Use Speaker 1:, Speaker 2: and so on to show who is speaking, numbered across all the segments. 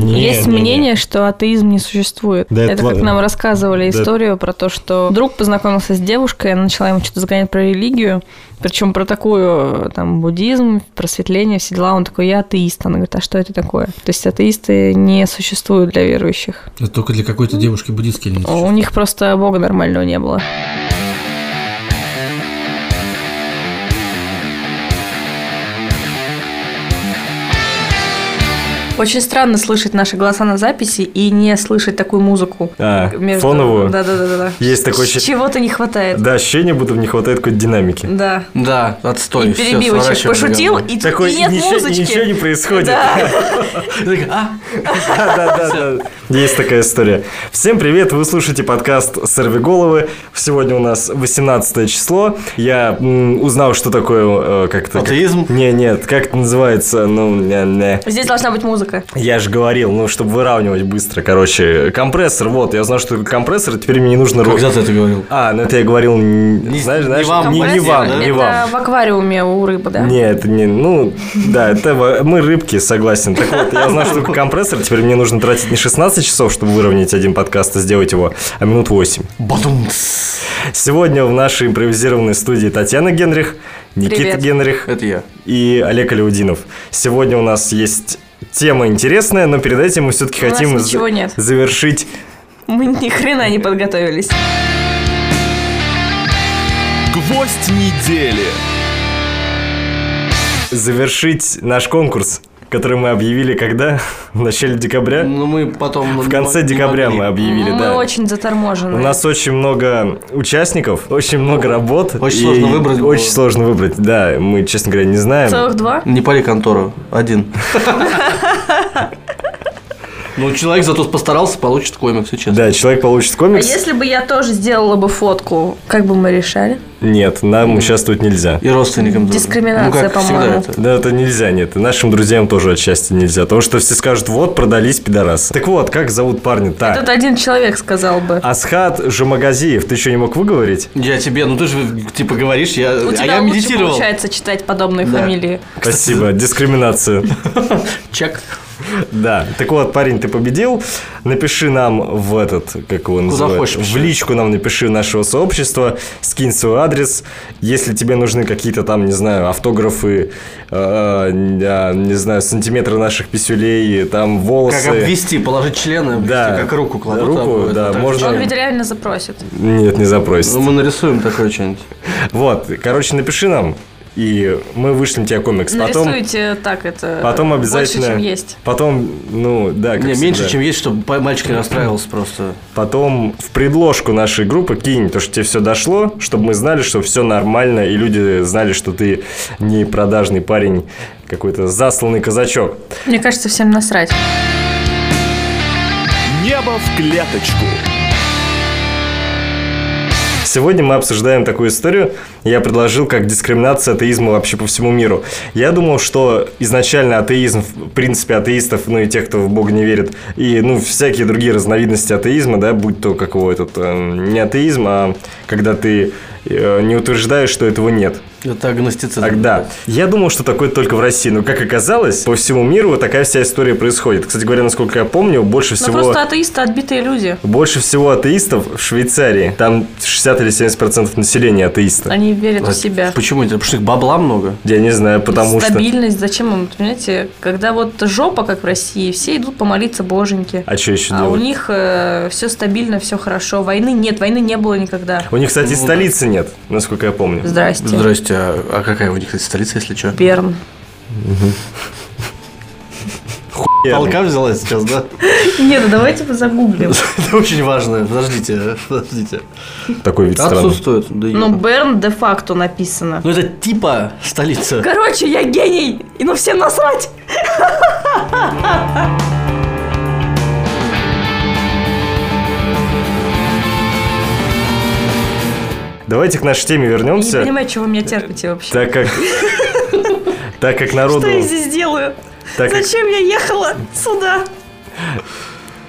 Speaker 1: Есть
Speaker 2: не, не.
Speaker 1: мнение, что атеизм не существует.
Speaker 2: Да, это
Speaker 1: это как
Speaker 2: ладно.
Speaker 1: нам рассказывали
Speaker 2: Да.
Speaker 1: историю про то, что друг познакомился с девушкой, она начала ему что-то загонять про религию, причем про такую, там, буддизм, просветление, все дела. Он такой, я атеист. Она говорит, а что это такое? То есть атеисты не существуют для верующих.
Speaker 3: Это только для какой-то девушки буддистки или нет?
Speaker 1: У них просто бога нормального не было. Очень странно слышать наши голоса на записи и не слышать такую музыку.
Speaker 2: А, фоновую?
Speaker 1: Да, да, да, да, да.
Speaker 2: Есть такое
Speaker 1: Ч-
Speaker 2: ощущение-
Speaker 1: Чего-то не хватает.
Speaker 2: Да, ощущение, будто не хватает какой-то динамики.
Speaker 1: Да.
Speaker 3: Да, отстой.
Speaker 1: И
Speaker 3: всё,
Speaker 1: перебивочек.
Speaker 3: сворачиваем
Speaker 1: Пошутил,
Speaker 3: разговор.
Speaker 1: и,
Speaker 2: Такой
Speaker 1: и нет
Speaker 2: ничего,
Speaker 1: музычки.
Speaker 2: ничего не происходит.
Speaker 1: Да.
Speaker 3: Ты такая, «А,
Speaker 2: Да, да, да, да. Есть такая история. Всем привет, вы слушаете подкаст «Сорви головы». Сегодня у нас 18 число. Я м, узнал, что такое э, как-то...
Speaker 3: Атеизм?
Speaker 2: Не, нет, как это называется? Ну, не, не.
Speaker 1: Здесь должна быть музыка.
Speaker 2: Я же говорил, ну, чтобы выравнивать быстро, короче, компрессор, вот, я узнал, что такое компрессор, и теперь мне не нужно... ру-
Speaker 3: Когда ты это говорил?
Speaker 2: А, ну это я говорил, н-
Speaker 3: Не-
Speaker 2: знаешь,
Speaker 3: не
Speaker 2: знаешь,
Speaker 3: вам,
Speaker 2: не, не
Speaker 3: компрессор,
Speaker 2: вам,
Speaker 3: да?
Speaker 2: не
Speaker 1: это
Speaker 2: вам.
Speaker 1: в аквариуме у рыбы, да?
Speaker 2: Не, это не, ну, да, это в- мы рыбки, согласен. Так вот, я знаю, что такое компрессор, теперь мне нужно тратить не 16 часов, чтобы выровнять один подкаст и сделать его, а минут 8.
Speaker 3: Бадум.
Speaker 2: Сегодня в нашей импровизированной студии Татьяна Генрих, Никита
Speaker 1: Привет.
Speaker 2: Генрих
Speaker 3: Это я.
Speaker 2: и Олег Алеудинов. Сегодня у нас есть тема интересная, но перед этим мы все-таки
Speaker 1: У нас
Speaker 2: хотим
Speaker 1: ничего нет.
Speaker 2: завершить
Speaker 1: Мы ни хрена не подготовились.
Speaker 4: Гвоздь недели.
Speaker 2: завершить наш конкурс, который мы объявили когда? В начале декабря?
Speaker 3: Ну, мы потом...
Speaker 2: В конце декабря мы объявили,
Speaker 1: Ну, Мы
Speaker 2: да.
Speaker 1: очень заторможены.
Speaker 2: У нас очень много участников, очень много работ.
Speaker 3: Очень
Speaker 2: и
Speaker 3: сложно выбрать было.
Speaker 2: Очень сложно выбрать, да. Мы, честно говоря, не знаем.
Speaker 1: Целых два? А
Speaker 3: Не пари контору. Один. Ну, человек зато постарался, получит комик, все честно.
Speaker 2: Да, человек получит
Speaker 1: А
Speaker 2: комикс.
Speaker 1: если бы я тоже сделала бы фотку, как бы мы решали?
Speaker 2: Нет, нам участвовать нельзя.
Speaker 3: И родственникам тоже.
Speaker 1: Дискриминация,
Speaker 3: ну, как
Speaker 1: по-моему.
Speaker 3: всегда это.
Speaker 2: Да, это нельзя, нет. И нашим друзьям тоже отчасти нельзя. Потому что все скажут, вот, продались пидорасы. Так вот, как зовут парня?
Speaker 1: Тут
Speaker 2: Так.
Speaker 1: один человек сказал
Speaker 2: А,
Speaker 1: бы.
Speaker 2: Асхат Жамагазиев, ты что, не мог выговорить?
Speaker 3: Я тебе, ну ты же типа говоришь, я,
Speaker 1: У
Speaker 3: а
Speaker 1: тебя
Speaker 3: я
Speaker 1: лучше
Speaker 3: медитировал.
Speaker 1: получается читать подобные
Speaker 3: Да.
Speaker 1: фамилии.
Speaker 2: Спасибо, дискриминация.
Speaker 3: Чек.
Speaker 2: Да. Так вот, парень, ты победил. Напиши нам в этот, как его называют,
Speaker 3: хочешь,
Speaker 2: в
Speaker 3: пиши.
Speaker 2: личку нам напиши нашего сообщества, скинь свой адрес. Если тебе нужны какие-то там, не знаю, автографы, э, э, не знаю, сантиметры наших писюлей, там волосы.
Speaker 3: Как обвести, положить члены, обвести,
Speaker 2: Да.
Speaker 3: как руку кладут.
Speaker 2: Руку,
Speaker 3: обои.
Speaker 2: да,
Speaker 3: Это так
Speaker 2: можно-
Speaker 3: же.
Speaker 1: Он ведь реально запросит.
Speaker 2: Нет, не запросит.
Speaker 3: Ну, мы нарисуем такое что-нибудь.
Speaker 2: Вот, короче, напиши нам, и мы вышлем тебе комикс.
Speaker 1: Ну,
Speaker 2: Потом,
Speaker 1: Нарисуйте так это.
Speaker 2: потом обязательно.
Speaker 1: э, Больше, чем есть.
Speaker 2: Потом, ну, да, как
Speaker 3: Не, меньше,
Speaker 2: всегда.
Speaker 3: чем есть, чтобы па- мальчик не расстраивался просто.
Speaker 2: Потом в предложку нашей группы кинь то, что тебе все дошло, чтобы мы знали, что все нормально, и люди знали, что ты не продажный парень, какой-то засланный казачок.
Speaker 1: Мне кажется, всем насрать.
Speaker 4: Небо в клеточку.
Speaker 2: Сегодня мы обсуждаем такую историю. Я предложил как дискриминация атеизма вообще по всему миру. Я думал, что изначально атеизм, в принципе, атеистов, ну и тех, кто в Бога не верит, и ну всякие другие разновидности атеизма, да, будь то как его этот эм, не атеизм, а когда ты э, не утверждаешь, что этого нет.
Speaker 3: Это агностицизм.
Speaker 2: Так, да. Я думал, что такое только в России, но, как оказалось, по всему миру вот такая вся история происходит. Кстати говоря, насколько я помню, больше
Speaker 1: Ну
Speaker 2: всего...
Speaker 1: просто атеисты отбитые люди.
Speaker 2: Больше всего атеистов в Швейцарии. Там 60 или 70% процентов населения атеисты.
Speaker 1: Они верят
Speaker 3: А
Speaker 1: в себя.
Speaker 3: Почему? Это Потому что их бабла много.
Speaker 2: Я не знаю, потому что...
Speaker 1: Стабильность, зачем им, понимаете, когда вот жопа, как в России, все идут помолиться боженьке.
Speaker 2: А что еще
Speaker 1: А у
Speaker 2: делать?
Speaker 1: них все стабильно, все хорошо. Войны нет, войны не было никогда.
Speaker 2: У них, кстати,
Speaker 3: Ну, да.
Speaker 2: столицы нет, насколько я помню.
Speaker 1: Здрасте.
Speaker 3: Здрасте, а, а какая у них кстати, столица, если что?
Speaker 1: Берн.
Speaker 2: Я-
Speaker 3: Толка взялась сейчас, да?
Speaker 1: Нет, ну давайте загуглим.
Speaker 3: Это очень важно. Подождите, а, подождите.
Speaker 2: Такой вид страны.
Speaker 3: Отсутствует. Да
Speaker 1: Ну,
Speaker 3: ёпта.
Speaker 1: Берн де-факто написано.
Speaker 3: ну, это типа столица.
Speaker 1: Короче, я гений, и ну всем насрать.
Speaker 2: Давайте к нашей теме
Speaker 1: Я не
Speaker 2: вернемся.
Speaker 1: понимаю, чего вы меня терпите вообще.
Speaker 2: Так как... Так как народу...
Speaker 1: Что я здесь делаю?
Speaker 2: Так как...
Speaker 1: Зачем я ехала сюда?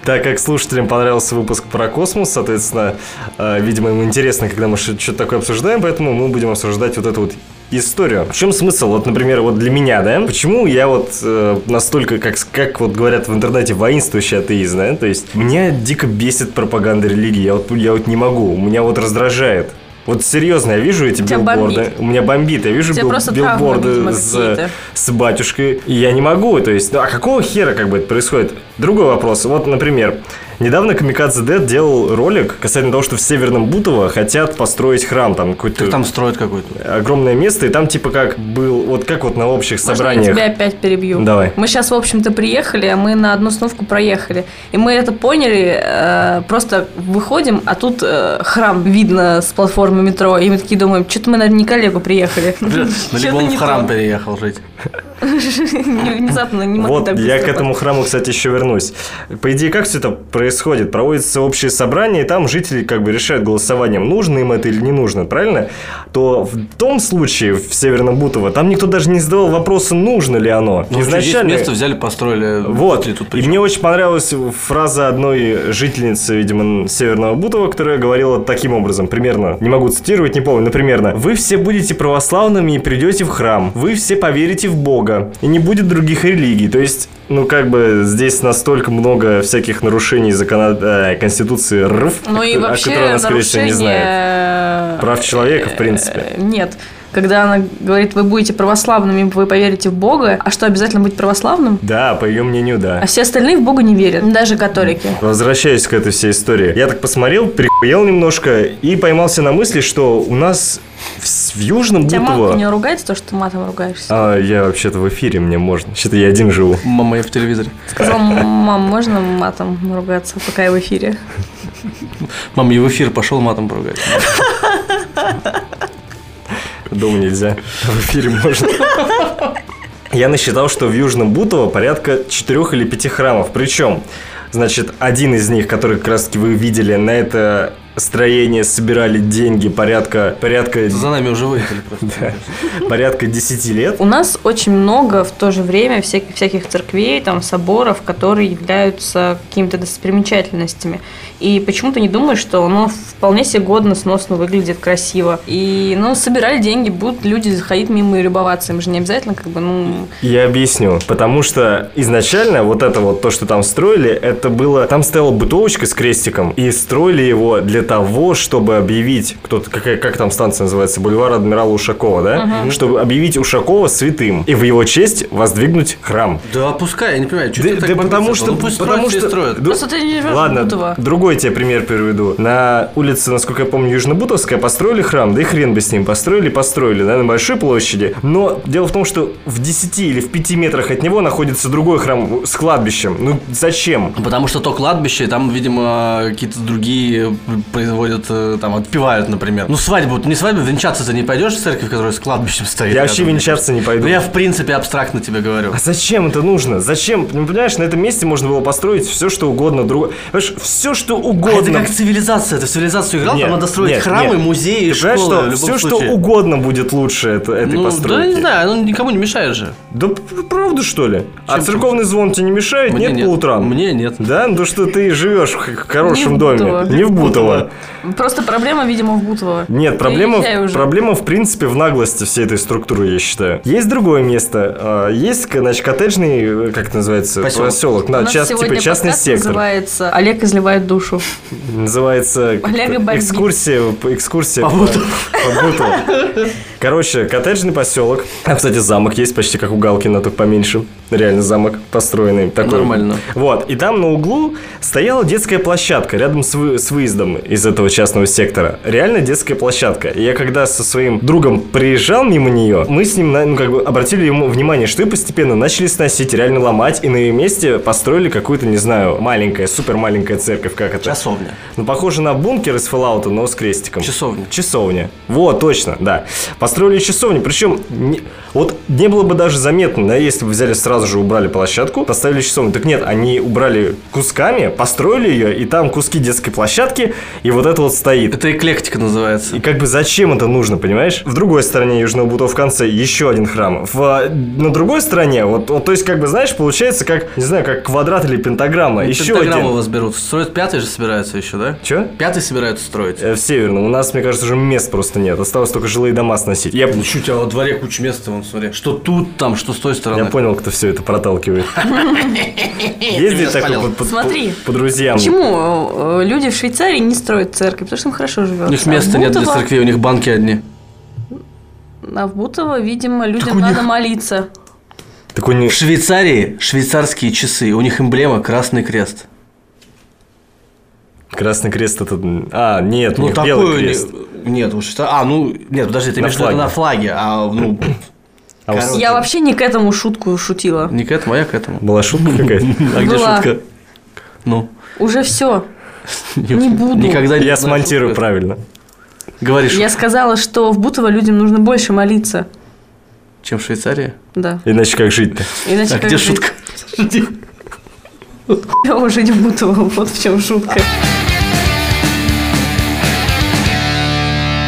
Speaker 2: Так как слушателям понравился выпуск про космос, соответственно, э, видимо, им интересно, когда мы что-то такое обсуждаем, поэтому мы будем обсуждать вот эту вот историю. В чем смысл? Вот, например, вот для меня, да, почему я вот э, настолько, как, с- как вот говорят в интернете, воинствующий атеист, да, то есть меня дико бесит пропаганда религии, я вот, я вот не могу, меня вот раздражает. Вот серьезно, я вижу эти
Speaker 1: Тебя
Speaker 2: билборды,
Speaker 1: бомбит.
Speaker 2: у меня бомбит, я вижу
Speaker 1: Тебя
Speaker 2: бил-
Speaker 1: просто травмы, видимо,
Speaker 2: билборды с,
Speaker 1: какие-то.
Speaker 2: с батюшкой, и я не могу, то есть, ну, а какого хера как бы это происходит? Другой вопрос, вот, например, недавно Камикадзе Дэд делал ролик касательно того, что в Северном Бутово хотят построить храм, там какой-то
Speaker 3: Так там строят какой-то.
Speaker 2: огромное место, и там типа как был, вот как вот на общих
Speaker 1: Можно я
Speaker 2: собраниях.
Speaker 1: тебя опять перебью?
Speaker 2: Давай.
Speaker 1: Мы сейчас, в общем-то, приехали, а мы на одну сновку проехали. И мы это поняли, э, просто выходим, а тут э, храм видно с платформы метро. И мы такие думаем, что-то мы, наверное, не к Олегу приехали.
Speaker 3: Либо
Speaker 1: Чё-то
Speaker 3: он
Speaker 1: не
Speaker 3: в храм
Speaker 1: то.
Speaker 3: переехал жить.
Speaker 1: Не- Внезапно не могу
Speaker 2: Вот,
Speaker 1: так
Speaker 2: я к
Speaker 1: быстро
Speaker 2: этому храму, кстати, еще вернусь. По идее, как все это происходит? Проводится общее собрание, и там жители как бы решают голосованием, нужно им это или не нужно, правильно? То в том случае, в Северном Бутово, там никто даже не задавал вопроса, нужно ли оно.
Speaker 3: Ну, Изначально... место взяли, построили.
Speaker 2: Вот,
Speaker 3: Жители тут
Speaker 2: и
Speaker 3: при
Speaker 2: мне
Speaker 3: чём?
Speaker 2: очень понравилась фраза одной жительницы, видимо, Северного Бутова, которая говорила таким образом, примерно, не могу цитировать, не помню, но примерно. «Вы все будете православными и придете в храм, вы все поверите в Бога, и не будет других религий». То есть, ну, как бы здесь настолько много всяких нарушений закона... э, Конституции РФ,
Speaker 1: Ну и
Speaker 2: о
Speaker 1: вообще
Speaker 2: которой она, скорее всего, не знает.
Speaker 1: нарушение...
Speaker 2: Прав человека, в принципе.
Speaker 1: э, Нет. Когда она говорит, вы будете православными, вы поверите в Бога, а что, обязательно быть православным?
Speaker 2: Да, по ее мнению, да.
Speaker 1: А все остальные в Бога не верят, даже католики.
Speaker 2: Возвращаясь к этой всей истории, я так посмотрел, перехуел немножко и поймался на мысли, что у нас в, с- в Южном
Speaker 1: Тебя
Speaker 2: Бутово...
Speaker 1: мама не ругается, то, что ты матом ругаешься?
Speaker 2: А, я вообще-то в эфире, мне можно. Вообще-то я один живу.
Speaker 3: Мама, я в телевизоре.
Speaker 2: А.
Speaker 1: Сказал, мам, можно матом ругаться, пока я в эфире?
Speaker 3: Мам, я в эфир пошел матом поругать.
Speaker 2: Дома нельзя. а В эфире можно. Я насчитал, что в Южном Бутово порядка четырех или пяти храмов. Причем, значит, один из них, который как раз таки вы видели, на это строение собирали деньги порядка, порядка,
Speaker 3: За нами уже выехали просто.
Speaker 2: порядка 10 лет.
Speaker 1: У нас очень много в то же время всяких, всяких церквей, там, соборов, которые являются какими-то достопримечательностями. И почему-то не думаю, что оно вполне себе годно, сносно выглядит, красиво. И, ну, собирали деньги, будут люди заходить мимо и любоваться. Им же не обязательно, как бы, ну...
Speaker 2: Я объясню. Потому что изначально вот это вот, то, что там строили, это было... Там стояла бытовочка с крестиком, и строили его для того, чтобы объявить... Кто-то, какая, как там станция называется? Бульвар адмирала Ушакова, да? Чтобы объявить Ушакова святым. И в его честь воздвигнуть храм.
Speaker 3: Да, пускай, я не понимаю, что
Speaker 2: Да-
Speaker 3: ты так
Speaker 2: да
Speaker 3: бомбишься?
Speaker 2: потому что-
Speaker 3: Ну, пусть
Speaker 2: потому
Speaker 3: строят, все
Speaker 2: что-
Speaker 3: строят.
Speaker 2: да, Ну,
Speaker 1: Просто ты не живешь в
Speaker 2: Ладно,
Speaker 1: Бутово.
Speaker 2: другой тебе пример приведу. На улице, насколько я помню, Южнобутовская построили храм, да и хрен бы с ним, построили, построили, да, на большой площади. Но дело в том, что в 10 или в 5 метрах от него находится другой храм с кладбищем. Ну зачем?
Speaker 3: Потому что то кладбище, там, видимо, какие-то другие производят, э, там, отпевают, например. Ну, свадьбу, не свадьбу, венчаться ты не пойдешь в церковь, которая с кладбищем стоит.
Speaker 2: Я вообще
Speaker 3: рядом, мне
Speaker 2: венчаться не
Speaker 3: кажется.
Speaker 2: пойду.
Speaker 3: Ну, Я, в принципе, абстрактно тебе говорю.
Speaker 2: А зачем это нужно? Зачем? Ну, понимаешь, на этом месте можно было построить все, что угодно. Другое. Понимаешь, все, что
Speaker 3: А Это
Speaker 2: угодно.
Speaker 3: как цивилизация, ты в цивилизацию играл,
Speaker 2: Нет,
Speaker 3: там надо строить
Speaker 2: нет,
Speaker 3: храмы,
Speaker 2: нет.
Speaker 3: музеи,
Speaker 2: Ты понимаешь,
Speaker 3: школы, в любом
Speaker 2: что все,
Speaker 3: случае.
Speaker 2: что угодно будет лучше это, этой
Speaker 3: Ну,
Speaker 2: постройки.
Speaker 3: да, не знаю, оно никому не мешает же.
Speaker 2: Да п- правда, что ли? а
Speaker 3: Чем-
Speaker 2: церковный звон тебе не мешает?
Speaker 3: Мне
Speaker 2: нет, по утрам?
Speaker 3: Мне нет.
Speaker 2: Да, ну то, что ты живешь в х- хорошем
Speaker 1: Не в
Speaker 2: доме.
Speaker 1: Бутово.
Speaker 2: Не в Бутово.
Speaker 1: Просто проблема, видимо, в Бутово.
Speaker 2: Нет, проблема,
Speaker 1: Приезжай
Speaker 2: в-
Speaker 1: уже.
Speaker 2: проблема в принципе в наглости всей этой структуры, я считаю. Есть другое место. а, Есть, к- значит, коттеджный, э, как это называется,
Speaker 3: Поселок.
Speaker 2: поселок.
Speaker 1: У
Speaker 2: Да,
Speaker 1: нас
Speaker 2: час-
Speaker 1: сегодня
Speaker 2: типа частный
Speaker 1: подкаст
Speaker 2: сектор.
Speaker 1: называется «Олег изливает душу».
Speaker 2: Называется как-то
Speaker 1: Олега Бальби.
Speaker 2: экскурсия, п- экскурсия
Speaker 3: По Бутову.
Speaker 2: по Бутову. Короче, коттеджный поселок. А, кстати, замок есть почти как у Галкина, только поменьше. Реально замок построенный. Такой.
Speaker 3: Нормально.
Speaker 2: Вот. И там на углу стояла детская площадка рядом с, вы- с выездом из этого частного сектора. Реально детская площадка. И я когда со своим другом приезжал мимо нее, мы с ним, на- ну, как бы обратили ему внимание, что и постепенно начали сносить, реально ломать, и на ее месте построили какую-то, не знаю, маленькая, супер маленькая церковь, как это?
Speaker 3: Часовня.
Speaker 2: Ну, похоже на бункер из Fallout, но с крестиком.
Speaker 3: Часовня.
Speaker 2: Часовня. Вот, точно, да. Построили часовню. Причем, не- вот не было бы даже заметно, да, если бы взяли сразу же убрали площадку, поставили часовню. Так нет, они убрали кусками, построили ее, и там куски детской площадки, и вот это вот стоит.
Speaker 3: Это эклектика называется.
Speaker 2: И как бы зачем это нужно, понимаешь? В другой стороне Южного Бута в конце еще один храм. В, э, на другой стороне, вот, вот, то есть, как бы, знаешь, получается как, не знаю, как квадрат или пентаграмма. Еще
Speaker 3: Пентаграмму у
Speaker 2: один.
Speaker 3: вас берут. Строят пятый же собираются еще, да?
Speaker 2: Че?
Speaker 3: Пятый собираются строить.
Speaker 2: Э, В Северном. У нас, мне кажется, уже мест просто нет. Осталось только жилые дома сносить. носить. Я,
Speaker 3: Ну что, у тебя во дворе куча места, вон, смотри. Что тут там, что с той стороны.
Speaker 2: я понял, кто все это проталкивает. Ездит такой
Speaker 3: спалил.
Speaker 2: по- по-
Speaker 1: Смотри.
Speaker 2: по друзьям.
Speaker 1: Почему э, люди в Швейцарии не строят церкви? Потому что им хорошо живет.
Speaker 3: У них места нет для церкви, у них банки одни.
Speaker 1: А в Бутово, видимо,
Speaker 3: Так у
Speaker 1: людям
Speaker 3: них-
Speaker 1: надо молиться.
Speaker 2: Так у
Speaker 3: В
Speaker 2: них-
Speaker 3: Швейцарии швейцарские часы, у них эмблема Красный Крест.
Speaker 2: Красный крест это... А, нет, у них
Speaker 3: Ну, такую
Speaker 2: белый
Speaker 3: не-
Speaker 2: крест.
Speaker 3: Нет, уж это- А, ну, нет, подожди, ты
Speaker 2: На
Speaker 3: имеешь в виду это
Speaker 2: флаге.
Speaker 3: на флаге, а ну,
Speaker 2: А у вас
Speaker 3: короче.
Speaker 1: Я вообще не к этому шутку шутила.
Speaker 3: не к этому, а я к этому.
Speaker 2: была шутка какая-то?
Speaker 3: А где
Speaker 1: Была.
Speaker 3: шутка? Ну,
Speaker 1: Уже все. Не буду.
Speaker 3: Никогда не
Speaker 2: Я
Speaker 3: знаю,
Speaker 2: смонтирую
Speaker 3: шутка.
Speaker 2: правильно.
Speaker 3: Говоришь,
Speaker 1: Я сказала, что в Бутово людям нужно больше молиться.
Speaker 3: чем в Швейцарии?
Speaker 1: Да.
Speaker 2: Иначе как жить-то?
Speaker 1: Иначе
Speaker 3: А
Speaker 1: как
Speaker 3: где
Speaker 1: жить?
Speaker 3: шутка?
Speaker 1: Я жить в Бутово, вот в чем шутка.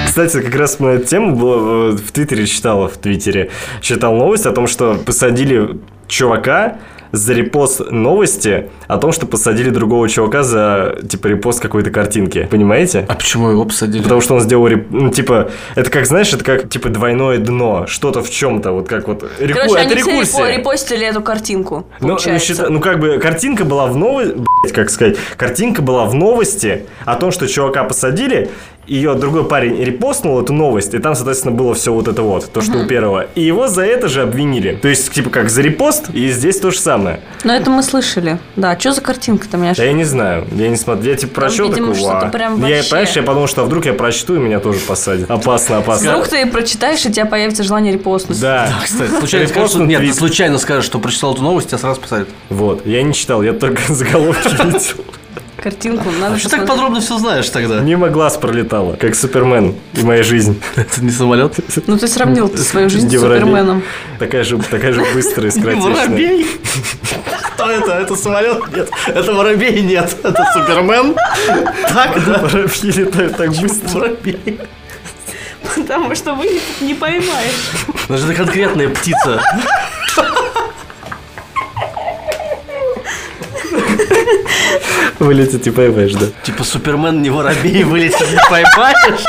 Speaker 2: Кстати, как раз на эту тему было, э, в Твиттере читала, в Твиттере читал новость о том, что посадили чувака за репост новости о том, что посадили другого чувака за, типа, репост какой-то картинки. Понимаете?
Speaker 3: А почему его посадили?
Speaker 2: Потому что он сделал, реп- ну, типа, это как, знаешь, это как, типа, двойное дно, что-то в чем-то, вот как вот, реку-
Speaker 1: Короче,
Speaker 2: это
Speaker 1: они все
Speaker 2: рекурсия.
Speaker 1: репо- репостили эту картинку.
Speaker 2: Ну, ну,
Speaker 1: получается.
Speaker 2: счита- ну, как бы картинка была в новости, как сказать, картинка была в новости о том, что чувака посадили, ее другой парень репостнул эту новость, и там, соответственно, было все вот это вот, то, что у первого. И его за это же обвинили. То есть, типа, как за репост, и здесь то же самое.
Speaker 1: Но это мы слышали. Да, что за картинка-то меня?
Speaker 2: Да я не знаю, я не смотрю, я типа прочел
Speaker 1: видимо,
Speaker 2: такой,
Speaker 1: что-то
Speaker 2: «Ва».
Speaker 1: прям
Speaker 2: Я,
Speaker 1: вообще.
Speaker 2: понимаешь, я подумал, что а вдруг я прочту, и меня тоже посадят. Опасно, опасно.
Speaker 1: Вдруг ты прочитаешь, и у тебя появится желание репостнуть.
Speaker 2: Да.
Speaker 3: Кстати, случайно скажешь, что...
Speaker 2: Репостнут
Speaker 3: Нет, ты
Speaker 2: твит.
Speaker 3: случайно скажешь, что прочитал эту новость, тебя сразу посадят.
Speaker 2: Вот, я не читал, я только заголовки видел.
Speaker 1: Картинку надо
Speaker 3: А что так
Speaker 1: посмотреть.
Speaker 3: подробно все знаешь тогда?
Speaker 2: Мимо глаз пролетало, как Супермен в моей жизни.
Speaker 3: Это не самолет.
Speaker 1: Ну, ты сравнил ты свою жизнь с
Speaker 2: Не воробей.
Speaker 1: Суперменом.
Speaker 2: Такая же, такая же быстрая и скоротечная.
Speaker 3: Кто это? Это самолет? Нет. Это воробей? Нет. Это Супермен? Так, да.
Speaker 2: Воробьи летают так быстро.
Speaker 3: Воробей.
Speaker 1: Потому что вы не поймаешь.
Speaker 3: Это же конкретная птица.
Speaker 2: Вылетит и поймаешь, да.
Speaker 3: Типа Супермен не воробей вылетит, не поймаешь?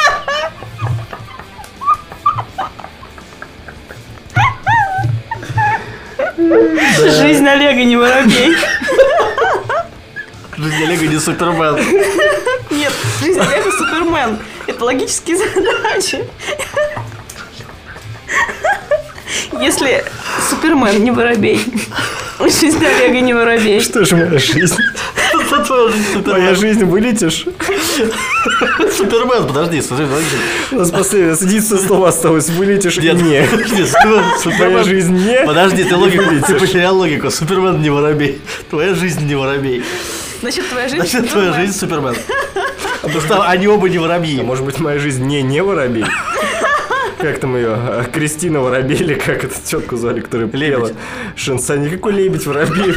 Speaker 1: Жизнь Олега не воробей.
Speaker 3: Жизнь Олега не Супермен.
Speaker 1: Нет, жизнь Олега Супермен. Это логические задачи. Если Супермен не воробей, жизнь Олега не воробей.
Speaker 2: Что же моя жизнь?
Speaker 3: Это твоя жизнь, Супермен.
Speaker 2: Моя жизнь вылетишь?
Speaker 3: Супермен, подожди, смотри, подожди.
Speaker 2: У нас последнее единственное слово осталось. Вылетишь и
Speaker 3: Нет,
Speaker 2: не.
Speaker 3: нет, Супермен,
Speaker 2: Моя
Speaker 3: Супермен.
Speaker 2: жизнь не.
Speaker 3: Подожди, ты логику,
Speaker 2: вылетишь.
Speaker 3: ты потерял логику. Супермен не воробей. Твоя жизнь не воробей.
Speaker 1: Значит, твоя жизнь
Speaker 3: Значит, твоя
Speaker 1: Супермен.
Speaker 3: жизнь Супермен. Потому что они оба не
Speaker 2: А
Speaker 3: воробьи.
Speaker 2: Может быть, моя жизнь не не воробей? Как там ее? Кристина Воробей или как это тетку звали, которая пела?
Speaker 3: Лебедь.
Speaker 2: Шанса никакой лебедь, воробей.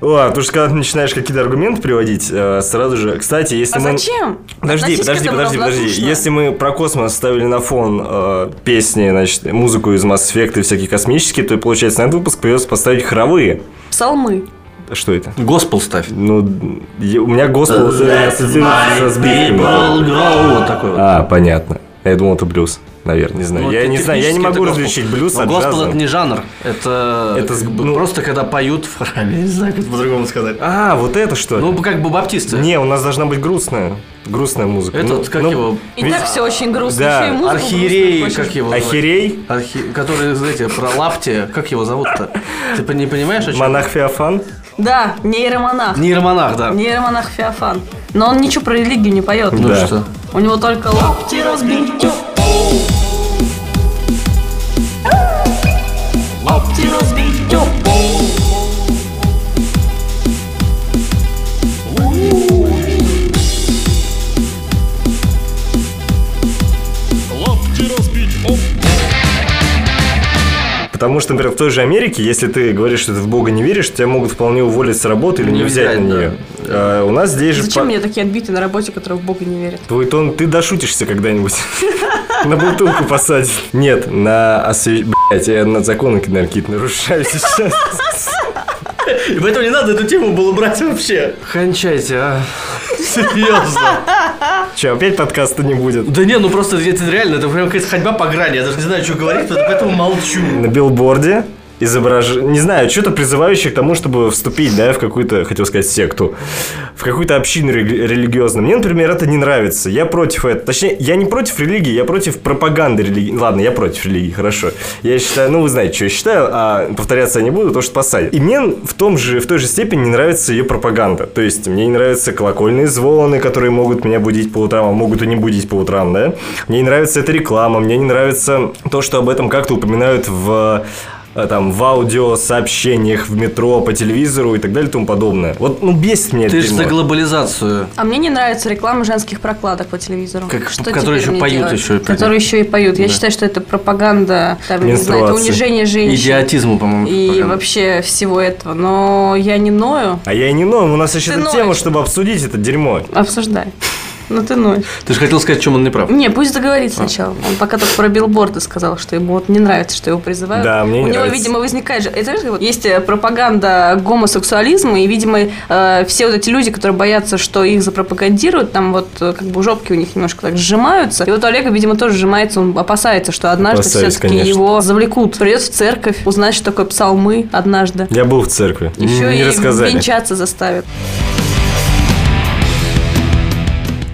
Speaker 2: О, потому что когда ты начинаешь какие-то аргументы приводить, э, сразу же... Кстати, если
Speaker 1: А
Speaker 2: мы...
Speaker 1: зачем?
Speaker 2: Подожди,
Speaker 1: Относись к
Speaker 2: подожди,
Speaker 1: этому
Speaker 2: подожди, подожди.
Speaker 1: равнодушно.
Speaker 2: Если мы про космос ставили на фон э, песни, значит, музыку из Mass Effect и всякие космические, то, получается, на этот выпуск придется поставить хоровые.
Speaker 1: Псалмы.
Speaker 2: Что это?
Speaker 3: Госпел ставь.
Speaker 2: Ну, я- у меня госпел уже ассоциируется со сбивками.
Speaker 3: Вот такой вот.
Speaker 2: А, понятно. Я думал, это блюз, наверное, не знаю.
Speaker 3: Ну,
Speaker 2: я
Speaker 3: это
Speaker 2: не знаю, я не
Speaker 3: технически
Speaker 2: могу
Speaker 3: это
Speaker 2: различить
Speaker 3: госпел.
Speaker 2: блюз
Speaker 3: Но
Speaker 2: от
Speaker 3: Госпел
Speaker 2: джаза.
Speaker 3: это не жанр. Это,
Speaker 2: Это с-
Speaker 3: как бы
Speaker 2: ну-
Speaker 3: просто когда поют в храме. Я не знаю, как это по-другому сказать.
Speaker 2: А, вот это что? ли?
Speaker 3: Ну, как бы баптисты.
Speaker 2: не, у нас должна быть грустная, грустная музыка.
Speaker 3: Этот,
Speaker 2: Ну,
Speaker 3: как
Speaker 2: ну,
Speaker 3: его?
Speaker 1: И
Speaker 2: Ведь-
Speaker 1: так все очень грустно.
Speaker 2: Да,
Speaker 3: Ну,
Speaker 1: еще и музыку
Speaker 3: Архиерей,
Speaker 1: грустную
Speaker 3: как
Speaker 1: хочешь.
Speaker 3: его? называют?
Speaker 2: Архиерей,
Speaker 3: Архи- Который, знаете, про лапти. Как его зовут-то? Ты по- не понимаешь, о чем?
Speaker 2: монах Феофан.
Speaker 1: Да, нейромонах.
Speaker 3: Нейромонах, да.
Speaker 1: Нейромонах Феофан. Но он ничего про религию не поет.
Speaker 3: Ну
Speaker 2: Да.
Speaker 3: что?
Speaker 1: У него только лапти разбить. Лапти разбить.
Speaker 2: Потому что, например, в той же Америке, если ты говоришь, что ты в Бога не веришь, тебя могут вполне уволить с работы или не,
Speaker 3: Не
Speaker 2: взять
Speaker 3: взять,
Speaker 2: на
Speaker 3: да.
Speaker 2: нее. А, у нас
Speaker 3: Типа
Speaker 2: здесь же...
Speaker 1: Зачем
Speaker 2: по-
Speaker 1: мне такие отбитые на работе, которые в Бога не верят?
Speaker 2: Твой тон, ты дошутишься когда-нибудь. На бутылку посадят. Нет, на осве... Блять, я на законы, наверное, какие-то нарушаю сейчас.
Speaker 3: И поэтому не надо эту тему было брать вообще. Кончайте, а. Серьезно.
Speaker 2: Че, опять подкаста не будет?
Speaker 3: Да не, ну просто это реально, это прям какая-то ходьба по грани. Я даже не знаю, что говорить, поэтому молчу.
Speaker 2: На билборде изображ... Не знаю, что-то призывающее к тому, чтобы вступить, да, в какую-то, хотел сказать, секту. В какую-то общину рели- религиозную. Мне, например, это не нравится. Я против этого. Точнее, я не против религии, я против пропаганды религии. Ладно, я против религии, хорошо. Я считаю, ну, вы знаете, что я считаю, а повторяться я не буду, потому что посадят. И мне в, том же, в той же степени не нравится ее пропаганда. То есть, мне не нравятся колокольные звоны, которые могут меня будить по утрам, а могут и не будить по утрам, да. Мне не нравится эта реклама, мне не нравится то, что об этом как-то упоминают в а, там, в аудио, сообщениях, в метро, по телевизору и так далее и тому подобное. Вот, ну, бесит меня
Speaker 3: Ты
Speaker 2: это
Speaker 3: же
Speaker 2: дерьмо.
Speaker 3: за глобализацию.
Speaker 1: А мне не нравится реклама женских прокладок по телевизору.
Speaker 3: Как-
Speaker 1: Что теперь
Speaker 3: которые еще
Speaker 1: мне
Speaker 3: поют
Speaker 1: делать?
Speaker 3: еще, кстати.
Speaker 1: Которые еще и поют. Я считаю, что это пропаганда, там, не знаю, это
Speaker 2: Менструации.
Speaker 1: унижение женщин.
Speaker 3: Идиотизму, по-моему.
Speaker 1: И
Speaker 3: пропаганда.
Speaker 1: вообще всего этого. Но я не ною.
Speaker 2: А я и не ноем, у нас еще
Speaker 1: Ты
Speaker 2: эта
Speaker 1: ноешь.
Speaker 2: тема, чтобы обсудить это дерьмо.
Speaker 1: Обсуждай. Ну ты ноешь.
Speaker 3: Ты же хотел сказать, чем он не прав.
Speaker 1: Не, пусть
Speaker 2: А.
Speaker 1: договорит сначала. Он пока только про билборды сказал, что ему вот не нравится, что его призывают.
Speaker 2: Да, мне
Speaker 1: У
Speaker 2: не
Speaker 1: него,
Speaker 2: нравится.
Speaker 1: видимо, возникает же... Это знаешь, как вот есть э, пропаганда гомосексуализма, и, видимо, э, все вот эти люди, которые боятся, что их запропагандируют, там вот э, как бы жопки у них немножко так сжимаются. И вот у Олега, видимо, тоже сжимается, он опасается, что однажды
Speaker 2: Опасаюсь,
Speaker 1: все-таки
Speaker 2: конечно.
Speaker 1: его завлекут. Придется в церковь узнать, что такое псалмы однажды.
Speaker 2: Я был в церкви,
Speaker 1: Еще
Speaker 2: не
Speaker 1: и
Speaker 2: рассказали.
Speaker 1: венчаться заставят.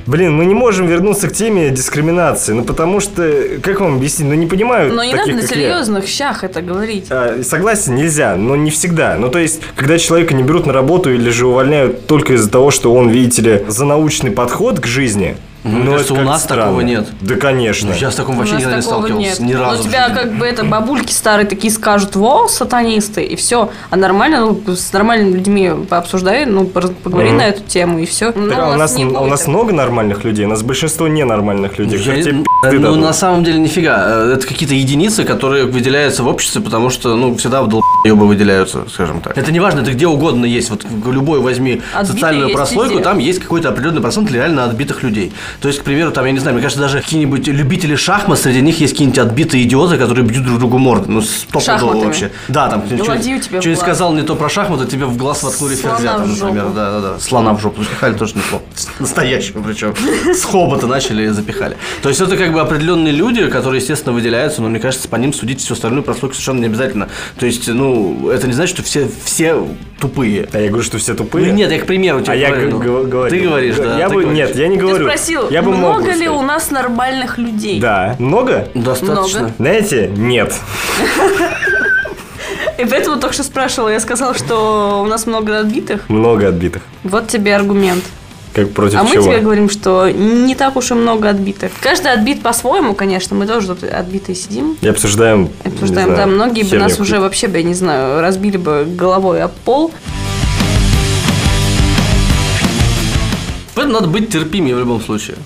Speaker 2: Блин, мы не можем вернуться к теме дискриминации, ну потому что, как вам объяснить, ну не понимаю
Speaker 1: Но не
Speaker 2: таких,
Speaker 1: надо на
Speaker 2: как я.
Speaker 1: серьезных щах это говорить.
Speaker 2: А, Согласен, нельзя, но не всегда. Ну, то есть, когда человека не берут на работу или же увольняют только из-за того, что он, видите ли, за научный подход к жизни.
Speaker 3: мне
Speaker 2: ну, это
Speaker 3: кажется, у
Speaker 2: как-то
Speaker 3: нас такого нет.
Speaker 2: Да, конечно.
Speaker 3: Ну, Я с таком
Speaker 1: У
Speaker 3: вообще
Speaker 1: нас
Speaker 3: никогда не
Speaker 1: такого
Speaker 3: сталкивался. Ни
Speaker 1: нет. Ну,
Speaker 3: разу.
Speaker 1: У
Speaker 3: в
Speaker 1: тебя
Speaker 3: жизни.
Speaker 1: как бы это бабульки старые такие скажут, во, сатанисты, и все. А нормально, ну, с нормальными людьми пообсуждай, ну, пор- поговори
Speaker 2: Мгм.
Speaker 1: на эту тему, и все.
Speaker 2: Так, а у, нас,
Speaker 1: Ну, не
Speaker 2: у
Speaker 1: будет
Speaker 2: нас
Speaker 1: так.
Speaker 2: много нормальных людей, у нас большинство ненормальных людей.
Speaker 3: Я-
Speaker 2: которые тебе
Speaker 3: э,
Speaker 2: пизды
Speaker 3: ну,
Speaker 2: дадут.
Speaker 3: на самом деле, нифига. Э, Это какие-то единицы, которые выделяются в обществе, потому что, ну, всегда долбоебы выделяются, скажем так. Это не важно, это где угодно есть. Вот в любой возьми
Speaker 1: Отбитые
Speaker 3: социальную
Speaker 1: есть
Speaker 3: прослойку,
Speaker 1: везде.
Speaker 3: там есть какой-то определенный процент реально отбитых людей. То есть, к примеру, там, я не знаю, мне кажется, даже какие-нибудь любители шахмат, среди них есть какие-нибудь отбитые идиоты, которые бьют друг другу морды. Ну, стопудово
Speaker 1: Шахматами.
Speaker 3: вообще. Да, там, что
Speaker 1: ладью тебе в
Speaker 3: что-нибудь
Speaker 1: глаз.
Speaker 3: сказал не то про шахматы, тебе в глаз воткнули
Speaker 1: Слона
Speaker 3: ферзя, там,
Speaker 1: в жопу.
Speaker 3: например. Да, да, да. Слона в жопу запихали тоже не слон. Настоящего причем. С хобота начали и запихали. То есть это как бы определенные люди, которые, естественно, выделяются, но мне кажется, по ним судить всю остальную прослойку совершенно не обязательно. То есть, ну, это не значит, что все, все тупые.
Speaker 2: А я говорю, что все тупые.
Speaker 3: Ну, нет, я к примеру тебе
Speaker 2: а я
Speaker 3: говорю. ну,
Speaker 2: г- г- говорю.
Speaker 3: Ты говоришь, да.
Speaker 2: Я
Speaker 3: ты
Speaker 2: бы,
Speaker 3: говоришь.
Speaker 2: нет, я не
Speaker 1: Ты
Speaker 2: говорю.
Speaker 1: спросил,
Speaker 2: я бы мог
Speaker 1: много
Speaker 2: бы
Speaker 1: ли
Speaker 2: сказать.
Speaker 1: у нас нормальных людей?
Speaker 2: Да. Много?
Speaker 3: Ну, Достаточно.
Speaker 1: Много.
Speaker 2: Знаете, нет.
Speaker 1: И поэтому только что спрашивала, я сказала, что у нас много отбитых.
Speaker 2: Много отбитых.
Speaker 1: Вот тебе аргумент.
Speaker 2: Как против
Speaker 1: а мы
Speaker 2: чего?
Speaker 1: тебе говорим, что не так уж и много отбитых. Каждый отбит по-своему, конечно, мы тоже тут отбитые сидим.
Speaker 2: И обсуждаем. не
Speaker 1: Обсуждаем,
Speaker 2: знаю,
Speaker 1: да, многие бы
Speaker 2: херню
Speaker 1: нас
Speaker 2: какую-то.
Speaker 1: уже вообще бы, я не знаю, разбили бы головой об пол.
Speaker 3: Поэтому надо быть терпимее в любом случае.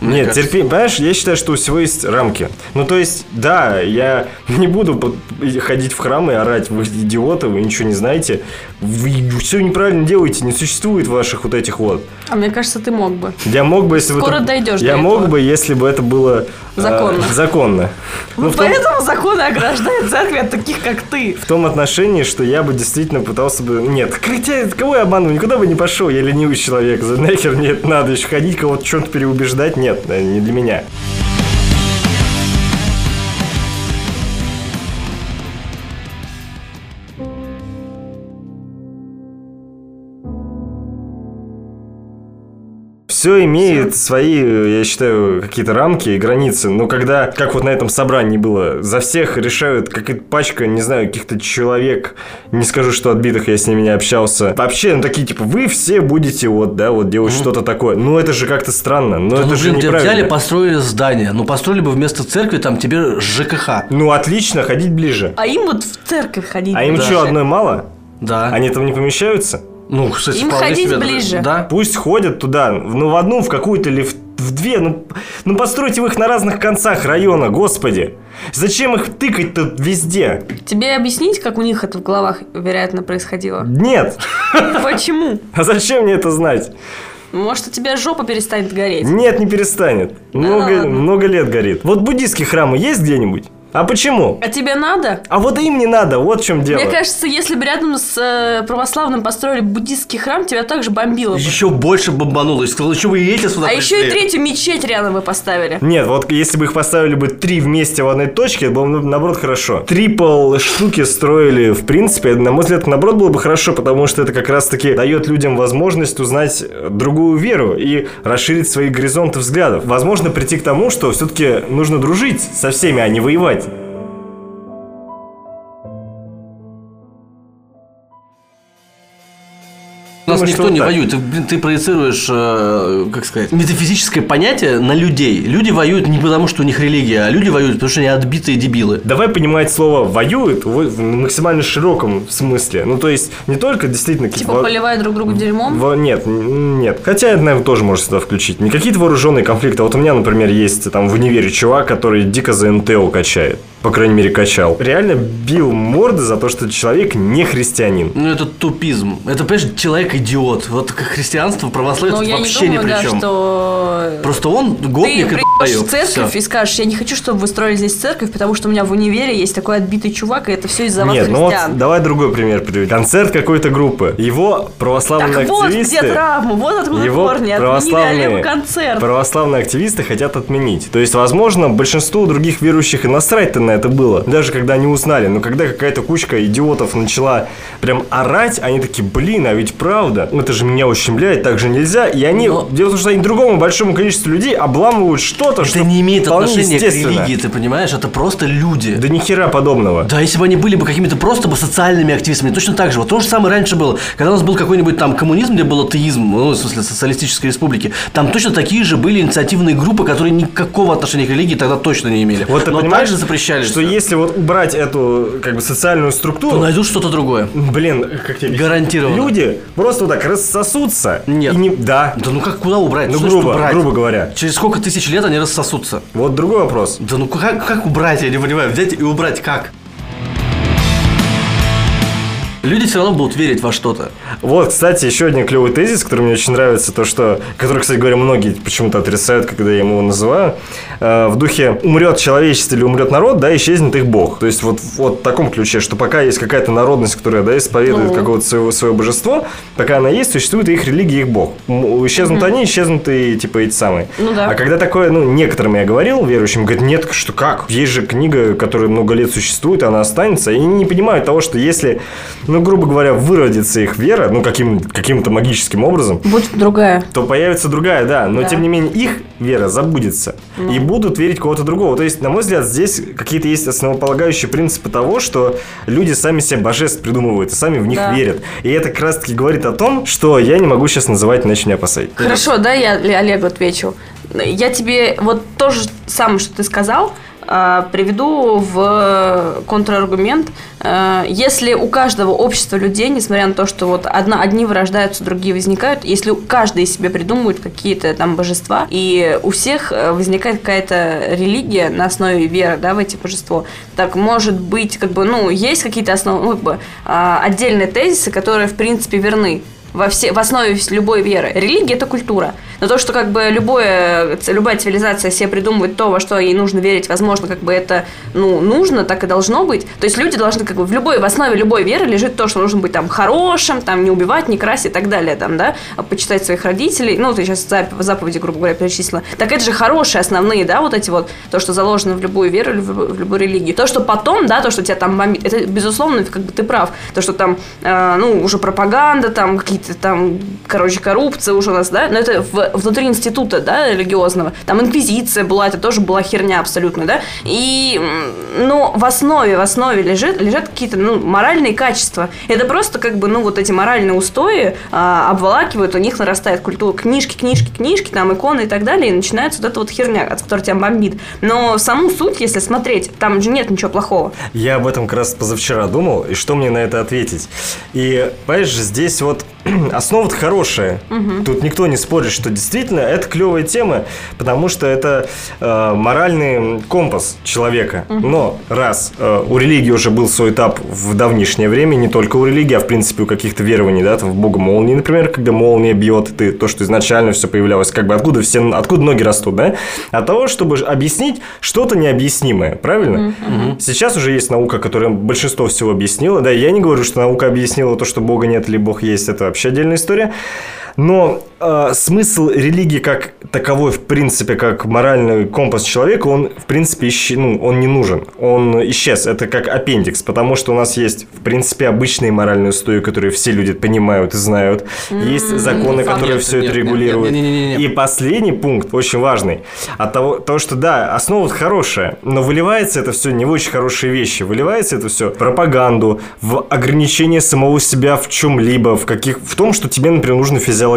Speaker 3: Мне
Speaker 2: Нет,
Speaker 3: кажется.
Speaker 2: терпи, понимаешь, я считаю, что у всего есть рамки. Ну, то есть, да, я не буду под- ходить в храм и орать, вы идиоты, вы ничего не знаете, вы все неправильно делаете, не существует ваших вот этих вот.
Speaker 1: А мне кажется, ты мог бы.
Speaker 2: Я мог бы, если бы...
Speaker 1: Скоро
Speaker 2: это-
Speaker 1: дойдешь
Speaker 2: Я
Speaker 1: до
Speaker 2: мог
Speaker 1: этого.
Speaker 2: бы, если бы это было... э,
Speaker 1: Законно.
Speaker 2: законно. Ну, в том,
Speaker 1: Поэтому законы ограждают церковь от таких, как ты.
Speaker 2: в том отношении, что я бы действительно пытался бы... Нет, хотя, кого я обманываю? Никуда бы не пошел, я ленивый человек. За нахер мне это надо еще ходить, кого-то что-то переубеждать? Нет, э, не для меня. Все имеет свои, я считаю, какие-то рамки и границы. Но когда, как вот на этом собрании было, за всех решают какая-то пачка, не знаю, каких-то человек, не скажу, что отбитых, я с ними не общался. Вообще, ну такие, типа, вы все будете вот, да, вот делать что-то такое. Ну это же как-то странно, но
Speaker 3: Да
Speaker 2: это
Speaker 3: ну,
Speaker 2: же
Speaker 3: блин, тебя
Speaker 2: неправильно.
Speaker 3: взяли, построили здание. Ну, построили бы вместо церкви там тебе ЖКХ.
Speaker 2: Ну отлично, ходить ближе.
Speaker 1: А им вот в церковь ходить.
Speaker 2: А им
Speaker 1: ближе.
Speaker 2: что, одной мало?
Speaker 3: Да.
Speaker 2: Они там не помещаются?
Speaker 3: Ну, кстати,
Speaker 1: Им
Speaker 3: вполне
Speaker 1: ходить
Speaker 3: себе,
Speaker 1: ближе.
Speaker 3: Да.
Speaker 2: Пусть ходят туда, ну в одну, в какую-то или в, в две, ну, ну постройте вы их на разных концах района, господи. Зачем их тыкать-то везде?
Speaker 1: Тебе объяснить, как у них это в головах, вероятно, происходило?
Speaker 2: Нет.
Speaker 1: Почему? Ну,
Speaker 2: А зачем мне это знать?
Speaker 1: Может, у тебя жопа перестанет гореть?
Speaker 2: Нет, не перестанет. Много,
Speaker 1: ладно.
Speaker 2: много лет горит. Вот буддийские храмы есть где-нибудь? А почему?
Speaker 1: А тебе надо?
Speaker 2: А вот им не надо, вот в чем дело.
Speaker 1: Мне кажется, если бы рядом с э, православным построили буддистский храм, тебя также бомбило бы.
Speaker 3: Еще больше бомбануло. И сказал, что вы едете сюда
Speaker 1: А еще и
Speaker 3: пришли?»
Speaker 1: третью мечеть рядом вы поставили.
Speaker 2: Нет, вот если бы их поставили бы три вместе в одной точке, это было бы, ну, наоборот, хорошо. Трипл штуки строили, в принципе, на мой взгляд, наоборот, было бы хорошо, потому что это как раз-таки дает людям возможность узнать э, другую веру и расширить свои горизонты взглядов. Возможно, прийти к тому, что все-таки нужно дружить со всеми, а не воевать.
Speaker 3: У нас
Speaker 2: Думаю,
Speaker 3: никто
Speaker 2: что
Speaker 3: не
Speaker 2: так.
Speaker 3: воюет. Ты, блин, ты проецируешь, э, как сказать, метафизическое понятие на людей. Люди воюют не потому, что у них религия, а люди воюют, потому что они отбитые дебилы.
Speaker 2: Давай понимать слово «воюет» в в максимально широком смысле. Ну, то есть, не только действительно... какие-то
Speaker 1: Типа
Speaker 2: во-
Speaker 1: поливая друг друга дерьмом.
Speaker 2: Во- нет, н- нет. Хотя это, наверное, тоже можно сюда включить. Не какие-то вооруженные конфликты. А Вот у меня, например, есть там в универе чувак, который дико за НТО качает. По крайней мере, качал. Реально бил морды за то, что человек не христианин.
Speaker 3: Ну, это тупизм. Это, понимаешь, человек-идиот. Вот как христианство, православие
Speaker 1: Но
Speaker 3: тут
Speaker 1: Ну, я не
Speaker 3: вообще ни
Speaker 1: думаю,
Speaker 3: при
Speaker 1: да,
Speaker 3: чем.
Speaker 1: что...
Speaker 3: Просто он
Speaker 1: Ты
Speaker 3: гопник и
Speaker 1: приедешь в
Speaker 3: долбоёб.
Speaker 1: церковь
Speaker 3: Всё.
Speaker 1: и скажешь, я не хочу, чтобы вы строили здесь церковь, потому что у меня в универе есть такой отбитый чувак, и это все из-за вас,
Speaker 2: Нет, ну вот
Speaker 1: христиан.
Speaker 2: давай другой пример приведу. Концерт какой-то группы. Его православные
Speaker 1: Так вот где
Speaker 2: активисты...
Speaker 1: травма, вот откуда
Speaker 2: Его
Speaker 1: корни, отменили Олегу
Speaker 2: православные,
Speaker 1: концерт.
Speaker 2: православные активисты хотят отменить. То есть, возможно, большинству других верующих и насрать-то на это было. Даже когда они узнали. Но когда какая-то кучка идиотов начала прям орать, они такие, блин, а ведь правда. Ну, Это же меня ущемляет, так же нельзя. И они,
Speaker 3: Но-
Speaker 2: дело в том, что они другому большому количеству людей обламывают что-то, что
Speaker 3: Это не имеет
Speaker 2: вполне
Speaker 3: отношения к
Speaker 2: естественно.
Speaker 3: религии, ты понимаешь? Это просто люди.
Speaker 2: Да ни хера подобного.
Speaker 3: Да, если бы они были бы какими-то просто бы социальными активистами, точно так же. Вот то же самое раньше было. Когда у нас был какой-нибудь там коммунизм, где был атеизм, ну, в смысле, социалистической республики, там точно такие же были инициативные группы, которые никакого отношения к религии тогда точно не имели.
Speaker 2: Вот ты
Speaker 3: Но
Speaker 2: понимаешь,
Speaker 3: также запрещали.
Speaker 2: что
Speaker 3: всё.
Speaker 2: если вот убрать эту как бы социальную
Speaker 3: то
Speaker 2: структуру,
Speaker 3: найдут что-то другое.
Speaker 2: блин, как тебе объяснить?
Speaker 3: Гарантированно.
Speaker 2: люди просто вот так рассосутся.
Speaker 3: Нет.
Speaker 2: И не... Да.
Speaker 3: Да ну как куда убрать?
Speaker 2: Ну,
Speaker 3: Что значит
Speaker 2: грубо,
Speaker 3: убрать?
Speaker 2: грубо говоря.
Speaker 3: Через сколько тысяч лет они рассосутся?
Speaker 2: Вот другой вопрос.
Speaker 3: Да ну как, как убрать, я не понимаю, взять и убрать как? Люди все равно будут верить во что-то.
Speaker 2: Вот, кстати, еще один клевый тезис, который мне очень нравится, то, что, который, кстати говоря, многие почему-то отрицают, когда я ему его называю, Э, в духе «умрет человечество или умрет народ, да, исчезнет их бог». То есть вот, вот в таком ключе, что пока есть какая-то народность, которая, да, исповедует какого-то своего, свое божество, пока она есть, существует и их религия, и их бог. М, Исчезнут они, исчезнут и, типа, эти самые.
Speaker 1: Ну да.
Speaker 2: А когда такое, ну, некоторым я говорил, верующим, говорят, нет, что как? Есть же книга, которая много лет существует, она останется. И они не понимают того, что если, ну, грубо говоря, выродится их вера, ну, каким, каким-то магическим образом,
Speaker 1: Будет другая.
Speaker 2: то появится другая, да. Но,
Speaker 1: Да. Ну.
Speaker 2: тем не менее, их вера забудется. И будут верить кого-то другого. То есть, на мой взгляд, здесь какие-то есть основополагающие принципы того, что люди сами себе божеств придумывают и сами в них
Speaker 1: Да.
Speaker 2: верят. И это как раз-таки говорит о том, что я не могу сейчас называть, иначе не опасай.
Speaker 1: Хорошо, да, я Ле- Олегу отвечу. Я тебе вот то же самое, что ты сказал, а, приведу в контраргумент. А, Если у каждого общества людей, несмотря на то, что вот одна, одни вырождаются, другие возникают, если у- каждый себе придумывает какие-то там божества, и у всех э, возникает какая-то религия на основе веры, да, в эти божества, так может быть, как бы, ну, есть какие-то основные, ну, как бы, а, отдельные тезисы, которые, в принципе, верны во все, в основе вс- любой веры. Религия – это культура. Но то, что как бы любое, ц- любая цивилизация себе придумывает то, во что ей нужно верить, возможно, как бы это ну, нужно, так и должно быть. То есть люди должны как бы в любой, в основе любой веры лежит то, что нужно быть там хорошим, там не убивать, не красить и так далее, там, да, а почитать своих родителей. Ну, ты сейчас заповеди, грубо говоря, перечислила. Так это же хорошие основные, да, вот эти вот, то, что заложено в любую веру, или в любую, в любую религию. То, что потом, да, то, что тебя там бомбит, это, безусловно, как бы ты прав. То, что там, э, ну, уже пропаганда, там, какие-то там, короче, коррупция уже у нас, да, но это в- внутри института, да, религиозного. Там инквизиция была, это тоже была херня абсолютно, да. И, м, но в основе, в основе лежит, лежат какие-то, ну, моральные качества. Это просто, как бы, ну, вот эти моральные устои а, обволакивают, у них нарастает культура. Книжки, книжки, книжки, там, иконы и так далее, и начинается вот эта вот херня, от которой тебя бомбит. Но саму суть, если смотреть, там же нет ничего плохого.
Speaker 2: Я об этом как раз позавчера думал, и что мне на это ответить. И, понимаешь, здесь вот основа-то хорошая. Тут никто не спорит, что действительно это клевая тема, потому что это э, моральный компас человека. Но раз э, у религии уже был свой этап в давнишнее время, не только у религии, а в принципе у каких-то верований, да, там в бога молнии, например, когда молния бьет, ты то, что изначально все появлялось, как бы откуда все, откуда ноги растут, да, от того, чтобы ж- объяснить что-то необъяснимое, правильно? Сейчас уже есть наука, которая большинство всего объяснила, да, я не говорю, что наука объяснила то, что бога нет или бог есть, это вообще отдельная история, но э, смысл религии как таковой, в принципе, как моральный компас человека, он, в принципе, исч- ну, он не нужен. Он исчез. Это как аппендикс, потому что у нас есть, в принципе, обычные моральные устои, которые все люди понимают и знают. Есть законы,
Speaker 3: факт.
Speaker 2: которые
Speaker 3: Нет,
Speaker 2: все
Speaker 3: нет,
Speaker 2: это
Speaker 3: нет, нет,
Speaker 2: регулируют.
Speaker 3: не-не-не-не.
Speaker 2: И последний пункт, очень важный, от того, то, что да, основа хорошая, но выливается это все не в очень хорошие вещи. Выливается это все в пропаганду, в ограничение самого себя в чем-либо, в, каких, в том, что тебе, например, нужно физиологически.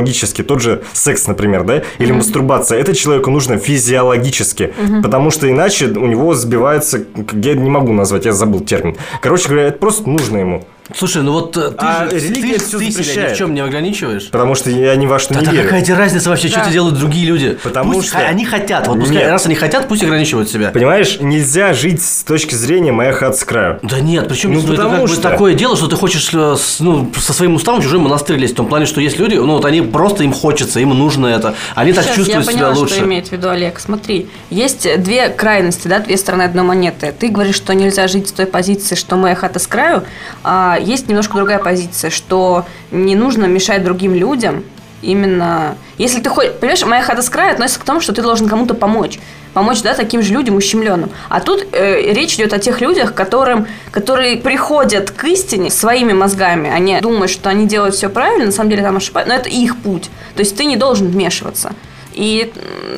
Speaker 2: Тот же секс, например, да, или мастурбация. Это человеку нужно физиологически, потому что иначе у него сбивается, как я не могу назвать, я забыл термин. Короче говоря, это просто нужно ему.
Speaker 3: Слушай, ну вот э, ты
Speaker 2: А
Speaker 3: же
Speaker 2: религия
Speaker 3: ты-
Speaker 2: всё
Speaker 3: ты себя ни в
Speaker 2: запрещает.
Speaker 3: чем не ограничиваешь.
Speaker 2: Потому что я ни во что не
Speaker 3: Да
Speaker 2: верю.
Speaker 3: какая тебе разница вообще, что
Speaker 1: Да.
Speaker 3: это делают другие люди?
Speaker 2: Потому
Speaker 3: Пусть
Speaker 2: что-
Speaker 3: ха- они хотят. Вот пускай,
Speaker 2: Нет.
Speaker 3: раз они хотят, пусть ограничивают себя.
Speaker 2: Понимаешь, нельзя жить с точки зрения «моя хата с краю».
Speaker 3: Да нет, причем
Speaker 2: Ну,
Speaker 3: это
Speaker 2: потому
Speaker 3: как бы
Speaker 2: что-
Speaker 3: такое дело, что ты хочешь э, с- ну, со своим уставом в чужой монастырь лезть. В том плане, что есть люди, ну вот они просто им хочется, им нужно это. Они так
Speaker 1: Сейчас
Speaker 3: чувствуют
Speaker 1: я
Speaker 3: себя
Speaker 1: поняла,
Speaker 3: лучше.
Speaker 1: что имеет в виду Олег. Смотри, есть две крайности, да, две стороны одной монеты. Ты говоришь, что нельзя жить с той позиции, что моя хата с краю, а есть немножко другая позиция, что не нужно мешать другим людям. Именно, если ты хоть, понимаешь, моя хата с краю относится к тому, что ты должен кому-то помочь. Помочь, да, таким же людям ущемленным. А тут э, речь идет о тех людях, которым, которые приходят к истине своими мозгами. Они думают, что они делают все правильно, на самом деле там ошибаются, но это их путь. То есть ты не должен вмешиваться. И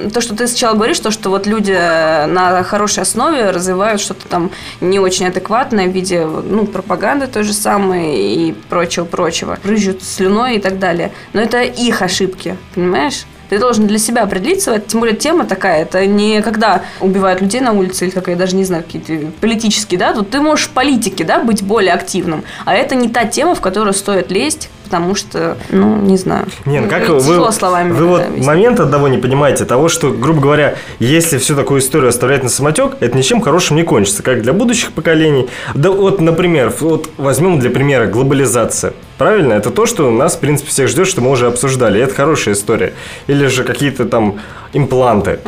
Speaker 1: м, то, что ты сначала говоришь, то, что вот люди э, на хорошей основе развивают что-то там не очень адекватное в виде ну, пропаганды той же самой и прочего-прочего. Рыжут слюной и так далее. Но это их ошибки, понимаешь? Ты должен для себя определиться, тем более тема такая, это не когда убивают людей на улице или как, я даже не знаю, какие-то политические, да, тут ты можешь в политике, да, быть более активным, а это не та тема, в которую стоит лезть, потому что, ну, не знаю.
Speaker 2: Не, ну как
Speaker 1: Это
Speaker 2: вы,
Speaker 1: тяжело словами
Speaker 2: вы вот
Speaker 1: это объяснить.
Speaker 2: момент одного не понимаете, того, что, грубо говоря, если всю такую историю оставлять на самотек, это ничем хорошим не кончится, как для будущих поколений. Да вот, например, вот возьмем для примера глобализация. Правильно? Это то, что нас, в принципе, всех ждет, что мы уже обсуждали. И это хорошая история. Или же какие-то там импланты.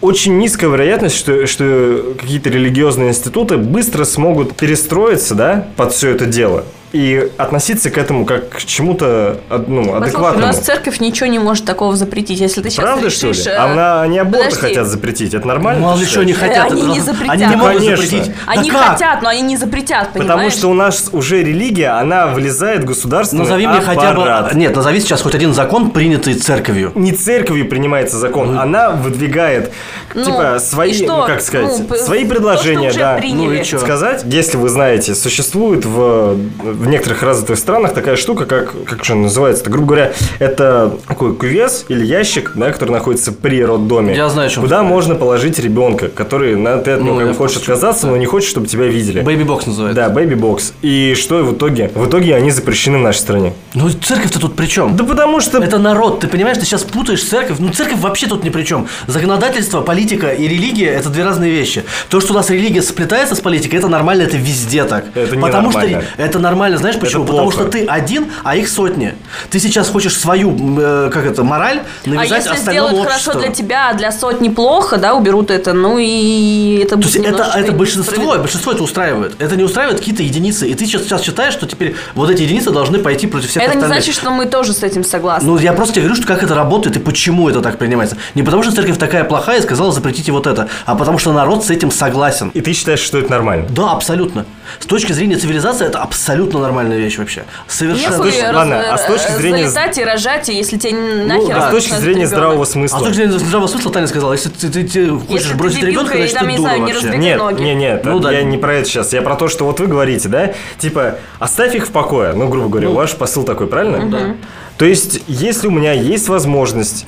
Speaker 2: Очень низкая вероятность, что, что какие-то религиозные институты быстро смогут перестроиться да, под все это дело и относиться к этому как к чему-то од- ну,
Speaker 1: Послушай, у
Speaker 2: адекватному.
Speaker 1: нас церковь ничего не может такого запретить. Если ты сейчас
Speaker 2: Правда,
Speaker 1: решишь...
Speaker 2: что ли?
Speaker 1: э,
Speaker 2: А она- они аборты
Speaker 1: подожди.
Speaker 2: хотят запретить. Это
Speaker 3: Ну,
Speaker 2: нормально?
Speaker 3: мало ли
Speaker 2: ты
Speaker 3: что они
Speaker 2: считаешь?
Speaker 3: хотят.
Speaker 1: Они
Speaker 3: это
Speaker 1: не
Speaker 3: должно-
Speaker 1: запретят.
Speaker 3: Они не могут
Speaker 2: а Конечно.
Speaker 3: запретить.
Speaker 1: Они
Speaker 3: да как?
Speaker 1: хотят, но они не запретят,
Speaker 2: а? Потому
Speaker 1: понимаешь?
Speaker 2: что у нас уже религия, она влезает в государственный
Speaker 3: Назови мне хотя бы...
Speaker 2: Ну,
Speaker 3: а,
Speaker 2: аппарат.
Speaker 3: Нет, назови сейчас хоть один закон, принятый церковью.
Speaker 2: Не церковью принимается
Speaker 3: Ну.
Speaker 2: закон, она выдвигает
Speaker 1: Ну,
Speaker 2: типа свои,
Speaker 1: и что?
Speaker 2: ну, как сказать,
Speaker 1: Ну, п-
Speaker 2: свои
Speaker 1: то, что
Speaker 2: предложения,
Speaker 1: уже
Speaker 2: да.
Speaker 1: приняли.
Speaker 2: Ну и чё? Сказать, если вы знаете, существует в, в некоторых развитых странах такая штука, как как же она называется, грубо говоря, это такой кувес или ящик, да, который находится при роддоме.
Speaker 3: Я знаю, о чём
Speaker 2: Куда
Speaker 3: ты
Speaker 2: можно положить ребенка, который на ты от
Speaker 3: Ну,
Speaker 2: него как
Speaker 3: я
Speaker 2: бы хочешь
Speaker 3: понял,
Speaker 2: отказаться, но не хочет, чтобы тебя видели.
Speaker 3: Бэйби-бокс называется.
Speaker 2: Да, бэби-бокс. И что в итоге? В итоге они запрещены в нашей стране.
Speaker 3: Ну церковь-то тут при чем?
Speaker 2: Да потому что...
Speaker 3: Это народ, ты понимаешь, ты сейчас путаешь церковь. Ну, церковь вообще тут ни при чем. Законодательство, политика и религия – это две разные вещи. То, что у нас религия сплетается с политикой, это нормально, это везде так.
Speaker 2: Это не
Speaker 3: Потому
Speaker 2: нормально.
Speaker 3: что это нормально, знаешь почему? Потому
Speaker 2: плохо.
Speaker 3: что ты один, а их сотни. Ты сейчас хочешь свою, м, э, как это, мораль
Speaker 1: А
Speaker 3: навязать
Speaker 1: если
Speaker 3: остальному
Speaker 1: сделают
Speaker 3: обществу.
Speaker 1: хорошо для тебя, а для сотни плохо, да, уберут это, ну и это
Speaker 3: То
Speaker 1: будет
Speaker 3: есть это,
Speaker 1: немножечко
Speaker 3: это большинство,
Speaker 1: несправедливо.
Speaker 3: большинство это устраивает. Это не устраивает какие-то единицы. И ты сейчас, сейчас считаешь, что теперь вот эти единицы должны пойти против всех
Speaker 1: Это не
Speaker 3: остальных.
Speaker 1: значит, что мы тоже с этим согласны.
Speaker 3: Ну, я просто тебе говорю, что как это работает и почему это так принимается. Не потому, что церковь такая плохая и сказала, запретите вот это, а потому, что народ с этим согласен.
Speaker 2: И ты считаешь, что это нормально?
Speaker 3: Да, абсолютно. С точки зрения цивилизации, это абсолютно нормальная вещь вообще.
Speaker 1: Если
Speaker 3: Совершенно.
Speaker 2: с точки-
Speaker 1: раз-
Speaker 2: Ну, ладно, а с точки
Speaker 1: э,
Speaker 2: зрения-
Speaker 1: залетать и рожать, и если тебе
Speaker 2: Ну,
Speaker 1: нахер...
Speaker 2: а с точки
Speaker 1: нужен
Speaker 2: зрения
Speaker 1: этот
Speaker 2: здравого
Speaker 1: ребенок.
Speaker 2: смысла.
Speaker 3: А с точки зрения здравого смысла Таня сказала, если ты, ты- ты хочешь
Speaker 1: ты
Speaker 3: бросить
Speaker 1: дебилка
Speaker 3: ребенка,
Speaker 1: и
Speaker 3: значит
Speaker 1: там,
Speaker 3: ты
Speaker 1: не
Speaker 3: дура
Speaker 1: знаю, не
Speaker 3: вообще.
Speaker 1: разбегаешься.
Speaker 2: Нет,
Speaker 1: ноги.
Speaker 2: нет, нет,
Speaker 3: Ну да.
Speaker 2: я не про это сейчас. Я про то, что вот вы говорите, да? Типа, оставь их в покое. Ну, грубо говоря, ваш посыл такой, правильно? Да. То есть, если у меня есть возможность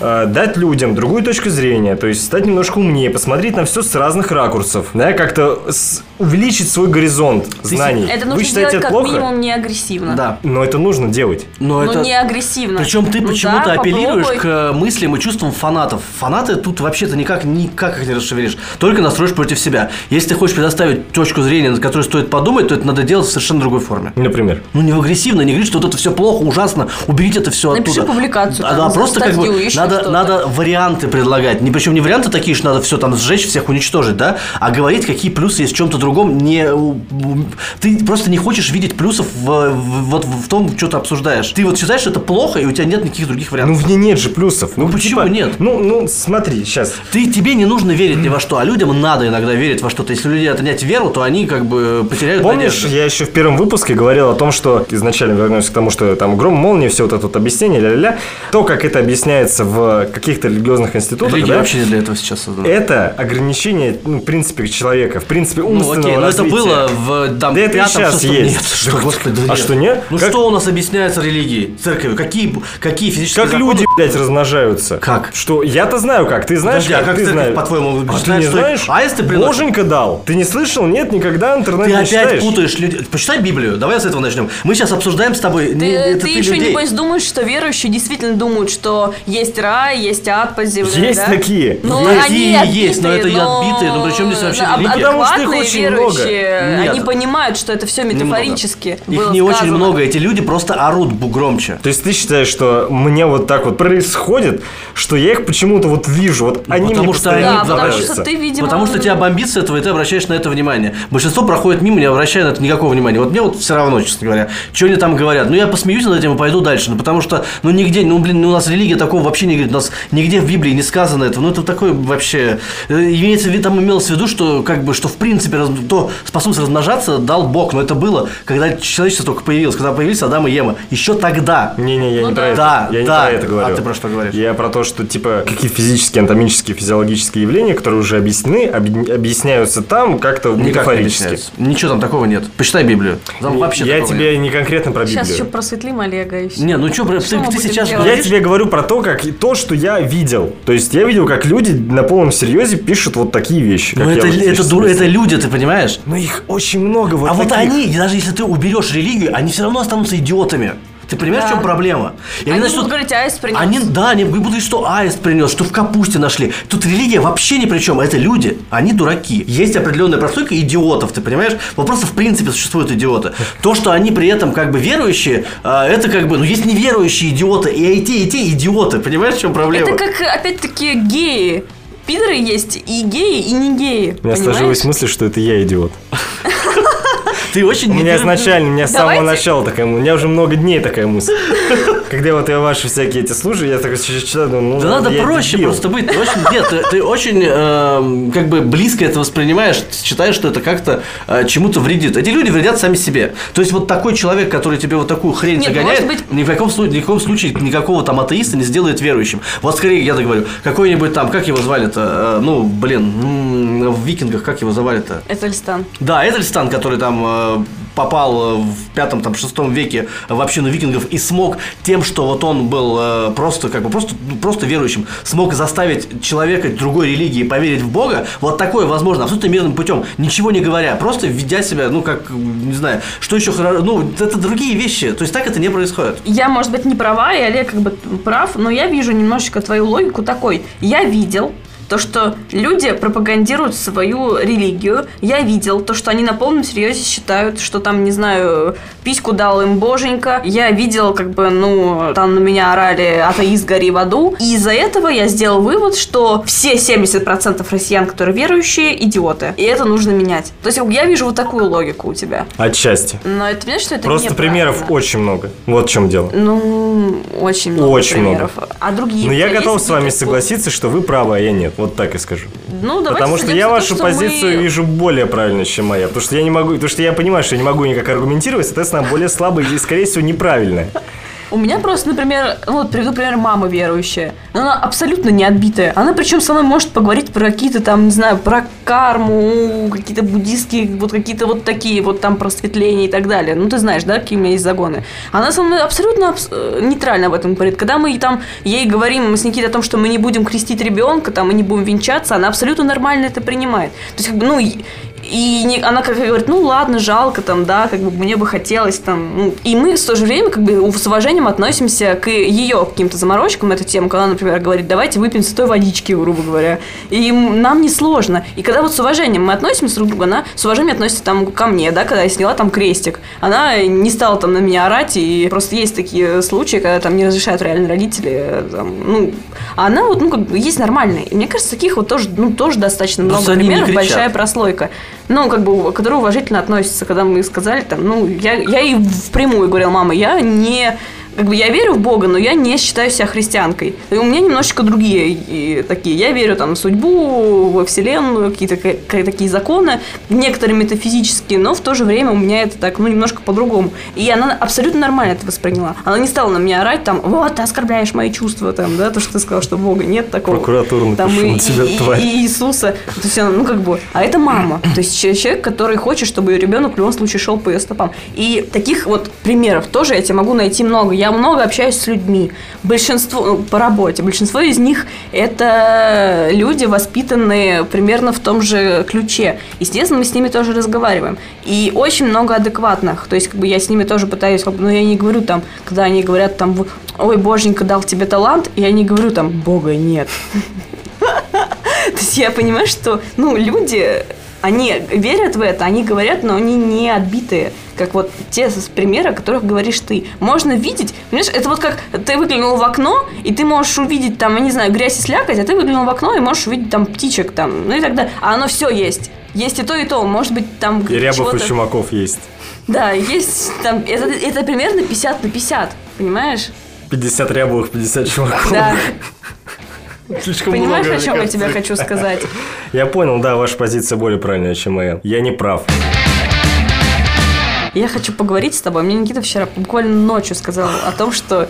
Speaker 2: э, дать людям другую точку зрения, то есть стать немножко умнее, посмотреть на все с разных ракурсов, да, как-то с увеличить свой горизонт знаний.
Speaker 1: Это
Speaker 2: Вы
Speaker 1: нужно
Speaker 2: считаете
Speaker 1: делать
Speaker 2: это
Speaker 1: как
Speaker 2: плохо?
Speaker 1: минимум не агрессивно.
Speaker 3: Да.
Speaker 2: Но это нужно делать.
Speaker 3: Но
Speaker 1: Ну,
Speaker 3: это...
Speaker 1: не агрессивно.
Speaker 3: Причем ты
Speaker 1: Ну
Speaker 3: почему-то
Speaker 1: да,
Speaker 3: апеллируешь
Speaker 1: попробуй.
Speaker 3: к э, мыслям и чувствам фанатов. Фанаты тут вообще-то никак, никак их не расшевелишь. Только настроишь против себя. Если ты хочешь предоставить точку зрения, над которой стоит подумать, то это надо делать в совершенно другой форме.
Speaker 2: Например.
Speaker 3: Ну, не в агрессивно, не говорить, что вот это все плохо, ужасно, уберите это все
Speaker 1: Напиши
Speaker 3: оттуда.
Speaker 1: публикацию,
Speaker 3: Да,
Speaker 1: там,
Speaker 3: да, просто как
Speaker 1: статью,
Speaker 3: бы
Speaker 1: еще
Speaker 3: надо,
Speaker 1: что-то.
Speaker 3: надо варианты предлагать. Не, причем не варианты такие, что надо все там сжечь, всех уничтожить, да, а говорить, какие плюсы есть в чем-то другом. Не, у- у- ты просто не хочешь видеть плюсов в, в- вот в том, что ты обсуждаешь. Ты вот считаешь, что это плохо, и у тебя нет никаких других
Speaker 2: Ну,
Speaker 3: вариантов.
Speaker 2: в ней нет же плюсов. Ну,
Speaker 3: почему нет?
Speaker 2: Ну, ну, смотри, сейчас.
Speaker 3: ты, тебе не нужно верить ни во что, а людям надо иногда верить во что-то. Если у людей отнять веру, то они как бы потеряют
Speaker 2: Помнишь,
Speaker 3: надежду.
Speaker 2: я еще в первом выпуске говорил о том, что изначально вернемся к тому, что там гром, молния, все вот это вот объяснение, ля-ля-ля. То, как это объясняется в каких-то религиозных институтах,
Speaker 3: Религия
Speaker 2: да,
Speaker 3: вообще не для этого сейчас создана.
Speaker 2: это ограничение, ну, в принципе, человека, в принципе,
Speaker 3: Ну
Speaker 2: умственного
Speaker 3: окей, но это
Speaker 2: развития.
Speaker 3: было в там,
Speaker 2: Да это и
Speaker 3: пятом,
Speaker 2: щас
Speaker 3: шестом-
Speaker 2: есть.
Speaker 3: Нет, что,
Speaker 2: Да
Speaker 3: господи, да
Speaker 2: а что, нет?
Speaker 3: Ну
Speaker 2: Как-
Speaker 3: что у нас объясняется религией, церковью? Какие, какие физические
Speaker 2: Как
Speaker 3: законы-
Speaker 2: люди, блядь, размножаются.
Speaker 3: Как?
Speaker 2: Что? Я-то знаю как. Ты знаешь,
Speaker 3: Подожди, а как
Speaker 2: ты
Speaker 3: церковь,
Speaker 2: знаешь?
Speaker 3: по-твоему,
Speaker 2: а ты
Speaker 3: считает,
Speaker 2: не
Speaker 3: что
Speaker 2: знаешь?
Speaker 3: аисты приносят?
Speaker 2: Боженька дал. Ты не слышал? Нет, никогда интернет
Speaker 3: Ты
Speaker 2: не
Speaker 3: опять
Speaker 2: читаешь.
Speaker 3: путаешь людей. Почитай Библию, давай с этого начнем. Мы сейчас обсуждаем с тобой. не-
Speaker 1: Ты,
Speaker 3: это
Speaker 1: ты еще,
Speaker 3: людей.
Speaker 1: небось, думаешь, что верующие действительно думают, что есть рай, есть ад подземный,
Speaker 2: Есть
Speaker 1: да?
Speaker 2: такие.
Speaker 1: Ну,
Speaker 3: Есть,
Speaker 1: они
Speaker 3: и
Speaker 1: отбитые,
Speaker 3: есть, но это и отбитые, но при чем здесь вообще
Speaker 1: а-
Speaker 3: религия?
Speaker 2: Потому что их
Speaker 1: адекватные
Speaker 2: очень
Speaker 1: верующие,
Speaker 3: много. Нет.
Speaker 1: они понимают, что это все
Speaker 3: Немного.
Speaker 1: метафорически
Speaker 3: Их
Speaker 1: было
Speaker 3: не очень
Speaker 1: сказано.
Speaker 3: много, эти люди просто орут бу- громче.
Speaker 2: То есть ты считаешь, что мне вот так вот происходит, что я их почему-то вот вижу, вот они
Speaker 3: потому
Speaker 2: мне
Speaker 3: что они
Speaker 1: Да,
Speaker 2: постоянно
Speaker 1: потому
Speaker 3: нравится.
Speaker 1: что
Speaker 2: нравятся.
Speaker 1: ты, видимо...
Speaker 3: Потому что тебя бомбит с этого, и ты обращаешь на это внимание. Большинство проходит мимо, не обращая на это никакого внимания. Вот мне вот все равно, честно говоря, что они там говорят. Ну, я посмеюсь над этим и пойду дальше. Ну, потому что, ну, нигде, ну, блин, ну, у нас религия такого вообще не говорит. У нас нигде в Библии не сказано этого. Ну, это такое вообще... э, Имеется в виду, там имелось в виду, что, как бы, что, в принципе, раз- то способность размножаться дал Бог. Но это было, когда человечество только появилось, когда появились Адам и Ема. Еще тогда.
Speaker 2: Не-не, я
Speaker 1: Ну
Speaker 2: не
Speaker 1: да.
Speaker 2: про это.
Speaker 3: Да,
Speaker 2: я не
Speaker 3: да.
Speaker 2: про это говорю.
Speaker 3: А ты про что говоришь?
Speaker 2: Я про то, что типа какие физические, анатомические, физиологические явления, которые уже объяснены, объ- объясняются там как-то
Speaker 3: Никак не
Speaker 2: метафорически.
Speaker 3: объясняется. Ничего там такого нет. Почитай Библию. Там вообще
Speaker 2: я
Speaker 3: такого нет.
Speaker 2: тебе не конкретно про Библию.
Speaker 1: Сейчас еще просветлим Олега и все.
Speaker 3: Не, ну чё, бля, ты,
Speaker 1: мы
Speaker 3: ты
Speaker 1: будем
Speaker 3: сейчас
Speaker 1: делать?
Speaker 2: Я
Speaker 3: говоришь-
Speaker 2: тебе говорю про то, как и то, что я видел. То есть я видел, как люди на полном серьезе пишут вот такие вещи.
Speaker 3: Ну
Speaker 2: как я
Speaker 3: это,
Speaker 2: вот
Speaker 3: ли-
Speaker 2: сейчас
Speaker 3: это, дур- это
Speaker 2: объяснил.
Speaker 3: люди, ты понимаешь?
Speaker 2: Но их очень много вот
Speaker 3: а вот
Speaker 2: таких.
Speaker 3: они, даже если ты уберешь религию, они все равно останутся идиотами. Ты понимаешь, в чем
Speaker 1: Да.
Speaker 3: проблема? И
Speaker 1: Они
Speaker 3: начнут-
Speaker 1: будут говорить, а аист принес.
Speaker 3: Они, да, они будут, что аист принес, что в капусте нашли. Тут религия вообще ни при чем. Это люди, они дураки. Есть определенная прослойка идиотов, ты понимаешь? Вот просто в принципе существуют идиоты. То, что они при этом как бы верующие, а, это как бы, ну есть неверующие идиоты, и и те, и те идиоты, понимаешь, в чем проблема?
Speaker 1: Это как, опять-таки, геи. Пидоры есть и геи, и не геи.
Speaker 2: У меня
Speaker 1: понимаешь?
Speaker 2: сложилась мысль, что это я идиот.
Speaker 3: Ты очень
Speaker 2: У меня
Speaker 3: недер-
Speaker 2: изначально, у меня с самого
Speaker 1: Давайте.
Speaker 2: начала такая мысль. У меня уже много дней такая мысль. Когда вот я ваши всякие эти слушаю, я такой сейчас читаю, думаю, ну
Speaker 3: Да надо
Speaker 2: я
Speaker 3: проще
Speaker 2: дебил.
Speaker 3: просто быть. Ты очень, нет, ты, ты очень эм, как бы близко это воспринимаешь, ты считаешь, что это как-то э, чему-то вредит. Эти люди вредят сами себе. То есть вот такой человек, который тебе вот такую хрень
Speaker 1: Нет, ну,
Speaker 3: загоняет,
Speaker 1: может быть-
Speaker 3: ни в каком случае, ни в коем случае никакого там атеиста не сделает верующим. Вот скорее я так говорю, какой-нибудь там, как его звали-то, э, ну блин, м, в викингах как его звали-то?
Speaker 1: Это Эльстан.
Speaker 3: Да, Эдельстан, который там э, попал э, в пятом, там, шестом веке в общину викингов и смог тем, что вот он был э, просто, как бы, просто, ну, просто верующим, смог заставить человека другой религии поверить в Бога, вот такое возможно, абсолютно мирным путем, ничего не говоря, просто ведя себя, ну, как, не знаю, что еще хорошо, ну, это другие вещи, то есть так это не происходит.
Speaker 1: Я, может быть, не права, и Олег как бы прав, но я вижу немножечко твою логику такой. Я видел то, что люди пропагандируют свою религию. Я видел то, что они на полном серьезе считают, что там, не знаю, письку дал им боженька. Я видел, как бы, ну, там на меня орали «атеист, гори в аду». И из-за этого я сделал вывод, что все 70% россиян, которые верующие, идиоты. И это нужно менять. То есть я вижу вот такую логику у тебя.
Speaker 2: Отчасти.
Speaker 1: Но это, понимаешь, что это
Speaker 2: Просто
Speaker 1: неправильно.
Speaker 2: примеров очень много. Вот в чем дело.
Speaker 1: Ну, очень много
Speaker 2: Очень
Speaker 1: примеров. А другие?
Speaker 2: Но
Speaker 1: у
Speaker 2: я
Speaker 1: тебя
Speaker 2: готов
Speaker 1: есть
Speaker 2: с вами
Speaker 1: какие-то?
Speaker 2: согласиться, что вы правы, а я нет. Вот так и скажу.
Speaker 1: Ну, давайте
Speaker 2: Потому что
Speaker 1: сойдёмся
Speaker 2: я
Speaker 1: на том,
Speaker 2: вашу
Speaker 1: что
Speaker 2: позицию
Speaker 1: мы-
Speaker 2: вижу более правильно, чем моя. Потому что я не могу, потому что я понимаю, что я не могу никак аргументировать, соответственно, она более слабая и, скорее всего, неправильная.
Speaker 1: У меня просто, например, ну, вот приведу пример мамы верующая. Но Она абсолютно не отбитая. Она причем со мной может поговорить про какие-то там, не знаю, про карму, какие-то буддистские, вот какие-то вот такие вот там просветления и так далее. Ну, ты знаешь, да, какие у меня есть загоны. Она со мной абсолютно абс- э, нейтрально об этом говорит. Когда мы там ей говорим с Никитой о том, что мы не будем крестить ребенка, там, мы не будем венчаться, она абсолютно нормально это принимает. То есть, как бы, ну, и- И не- она как говорит, ну ладно, жалко там, да, как бы мне бы хотелось там. ну, И мы в то же время как бы с уважением относимся к ее каким-то заморочкам на эту тему, когда она, например, говорит, давайте выпьем с той водички, грубо говоря. И м- нам не сложно. И когда вот с уважением мы относимся друг к другу, она с уважением относится там ко мне, да, когда я сняла там крестик. Она не стала там на меня орать, и просто есть такие случаи, когда там не разрешают реально родители, э, там, ну, а она вот, ну, как бы есть нормальные. И мне кажется, таких вот тоже, ну, тоже достаточно много
Speaker 3: Просто они не
Speaker 1: примеров,
Speaker 3: кричат.
Speaker 1: большая прослойка. Ну, как бы, которая уважительно относится, когда мы сказали там, ну, я, я и впрямую говорила, мама, я не... Как бы я верю в Бога, но я не считаю себя христианкой. И у меня немножечко другие и такие. Я верю там в судьбу, во вселенную, какие-то ка- ка- такие законы, некоторые метафизические, но в то же время у меня это так, ну, немножко по-другому. И она абсолютно нормально это восприняла. Она не стала на меня орать там, вот, ты оскорбляешь мои чувства, там, да, то, что ты сказал, что Бога нет такого.
Speaker 2: Прокуратура
Speaker 1: там
Speaker 2: напишу
Speaker 1: и,
Speaker 2: на тебя,
Speaker 1: и- и-
Speaker 2: тварь.
Speaker 1: и Иисуса. То есть она, ну как бы, а это мама. То есть че- человек, который хочет, чтобы ее ребенок в любом случае шел по ее стопам. И таких вот примеров тоже я тебе могу найти много. Я много общаюсь с людьми. Большинство ну, по работе. Большинство из них это люди, воспитанные примерно в том же ключе. Естественно, мы с ними тоже разговариваем. И очень много адекватных. То есть, как бы я с ними тоже пытаюсь, как бы, но я не говорю там, когда они говорят там, ой, боженька дал тебе талант, я не говорю там, бога нет. То есть я понимаю, что ну, люди, они верят в это, они говорят, но они не отбитые, как вот те с примера, о которых говоришь ты. Можно видеть, понимаешь, это вот как ты выглянул в окно, и ты можешь увидеть там, я не знаю, грязь и слякоть, а ты выглянул в окно и можешь увидеть там птичек там, ну и так далее. А оно все есть. Есть и то, и то. Может быть, там
Speaker 2: И Рябов и
Speaker 1: чего-то-
Speaker 2: Чумаков есть.
Speaker 1: Да, есть там... Это, это примерно 50 на 50, понимаешь?
Speaker 2: 50 Рябовых, 50 Чумаков.
Speaker 1: Да.
Speaker 2: Слишком
Speaker 1: Понимаешь,
Speaker 2: много,
Speaker 1: о
Speaker 2: мне
Speaker 1: чем я тебе
Speaker 2: кажется.
Speaker 1: хочу сказать?
Speaker 2: Я понял, да, ваша позиция более правильная, чем моя. Я не прав.
Speaker 1: Я хочу поговорить с тобой. Мне Никита вчера буквально ночью сказал о том, что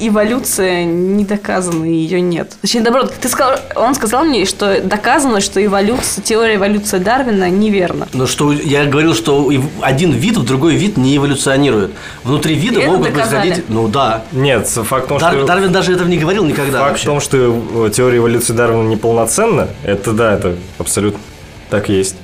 Speaker 1: эволюция не доказана, и ее нет. Точнее, наоборот, ты сказал, он сказал мне, что доказано, что эволюция, теория эволюции Дарвина неверна.
Speaker 3: Ну что, я говорил, что и- один вид в другой вид не эволюционирует. Внутри вида
Speaker 1: И это
Speaker 3: могут
Speaker 1: доказали.
Speaker 3: происходить... Ну да.
Speaker 2: Нет, факт в том,
Speaker 3: Дар-
Speaker 2: что...
Speaker 3: Дарвин даже этого не говорил никогда
Speaker 2: э, Факт в
Speaker 3: вообще.
Speaker 2: том, что э, теория эволюции Дарвина неполноценна, это да, это абсолютно так и есть.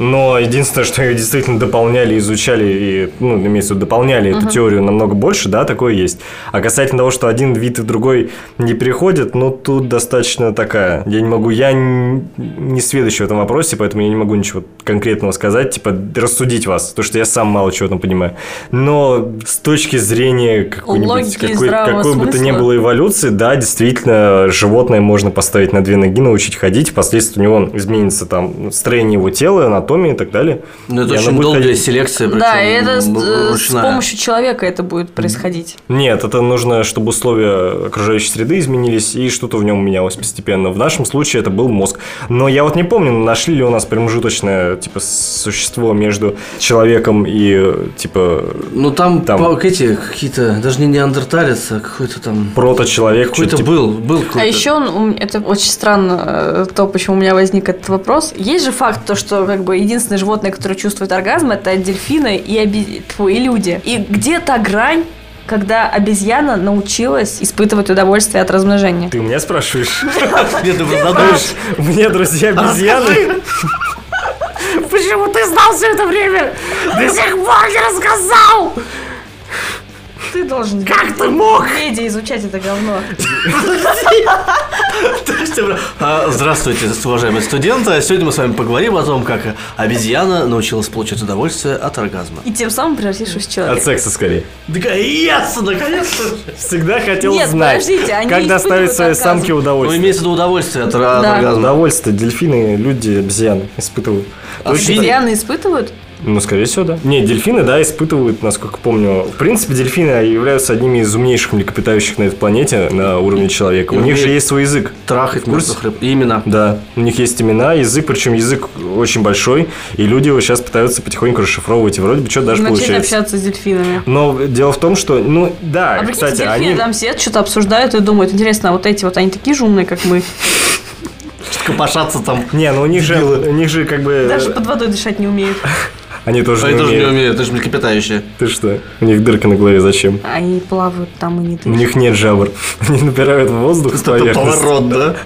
Speaker 2: Но единственное, что ее действительно дополняли, изучали, и, ну, имеется в виду, дополняли эту теорию намного больше, да, такое есть. А касательно того, что один вид и в другой не переходит, ну, тут достаточно такая, я не могу, я н- не сведущий в этом вопросе, поэтому я не могу ничего конкретного сказать, типа, рассудить вас, потому что я сам мало чего там понимаю. Но с точки зрения какой-нибудь,
Speaker 1: Логики,
Speaker 2: какой,
Speaker 1: здравого
Speaker 2: какой бы то ни
Speaker 1: смысла.
Speaker 2: было эволюции, да, действительно, животное можно поставить на две ноги, научить ходить, впоследствии у него изменится там строение его тела, анатомия и так далее.
Speaker 3: Ну, это
Speaker 2: И оно
Speaker 3: очень
Speaker 2: будет
Speaker 3: долгая
Speaker 2: ходить.
Speaker 3: селекция, причем
Speaker 1: Да, и это с, э, с
Speaker 3: ручная.
Speaker 1: помощью человека это будет происходить.
Speaker 2: Нет, это нужно, чтобы условия окружающей среды изменились и что-то в нем менялось постепенно. В нашем случае это был мозг. Но я вот не помню, нашли ли у нас промежуточное типа существо между человеком и типа
Speaker 3: Ну там,
Speaker 2: Там.
Speaker 3: по- эти какие-то, даже не неандерталец, а какой-то там...
Speaker 2: проточеловек.
Speaker 3: Какой-то
Speaker 2: что-то типа-
Speaker 3: был, был какой-то.
Speaker 1: А еще он- у меня- это очень странно э, то, почему у меня возник этот вопрос. Есть же факт то, что как бы единственное животное, которое чувствует оргазм, это дельфины и, оби- тьфу, и люди. И где та грань, когда обезьяна научилась испытывать удовольствие от размножения?
Speaker 2: Ты у меня спрашиваешь?
Speaker 3: Нет, ты просто задумаешь.
Speaker 2: Мне друзья
Speaker 3: А
Speaker 2: обезьяны.
Speaker 5: Почему ты знал все это время? До сих пор не рассказал!
Speaker 1: Ты должен
Speaker 5: Как ты мог?
Speaker 1: медиа изучать это говно.
Speaker 3: А, Здравствуйте, уважаемые студенты. А Сегодня мы с вами поговорим о том, как обезьяна научилась получать удовольствие от оргазма.
Speaker 1: И тем самым превратившись в
Speaker 2: От
Speaker 1: человека.
Speaker 2: секса скорее.
Speaker 3: Наконец-то, наконец-то!
Speaker 2: Всегда хотел
Speaker 1: Нет,
Speaker 2: знать,
Speaker 1: подождите, они
Speaker 2: как
Speaker 1: не
Speaker 2: доставить
Speaker 1: испытывают
Speaker 2: своей
Speaker 1: оргазм.
Speaker 2: самке
Speaker 3: Ну,
Speaker 2: удовольствие.
Speaker 3: имеется в виду удовольствие от ра- от
Speaker 1: Да.
Speaker 3: оргазма.
Speaker 2: Удовольствие дельфины, люди, обезьяны испытывают.
Speaker 3: А
Speaker 2: Точно-
Speaker 1: Обезьяны испытывают?
Speaker 2: Ну, скорее всего, да. Нет, дельфины, да, испытывают, насколько помню. В принципе, дельфины являются одними из умнейших млекопитающих на этой планете на уровне человека. У них же есть свой язык.
Speaker 3: Трахать мертвых рыб. Именно.
Speaker 2: Да, у них есть имена, язык, причем язык очень большой, и люди его сейчас пытаются потихоньку расшифровывать, и вроде бы что-то даже
Speaker 1: Начали
Speaker 2: получается.
Speaker 1: общаться с дельфинами.
Speaker 2: Но дело в том, что, ну, да,
Speaker 1: А прикиньте,
Speaker 2: кстати,
Speaker 1: дельфины
Speaker 2: они...
Speaker 1: там сидят, что-то обсуждают и думают, интересно, а вот эти вот, они такие же умные, как мы?
Speaker 3: Копошаться там.
Speaker 2: Не, ну у них же, у них же как бы...
Speaker 1: Даже под водой дышать не умеют.
Speaker 2: Они тоже
Speaker 3: Они
Speaker 2: не
Speaker 3: тоже не
Speaker 2: умеют.
Speaker 3: умеют, это же млекопитающие.
Speaker 2: Ты что? У них дырка на голове зачем?
Speaker 1: Они плавают там и не
Speaker 2: У них нет жабр. Они набирают воздух с
Speaker 3: Это
Speaker 2: поверхности.
Speaker 3: поворот, да?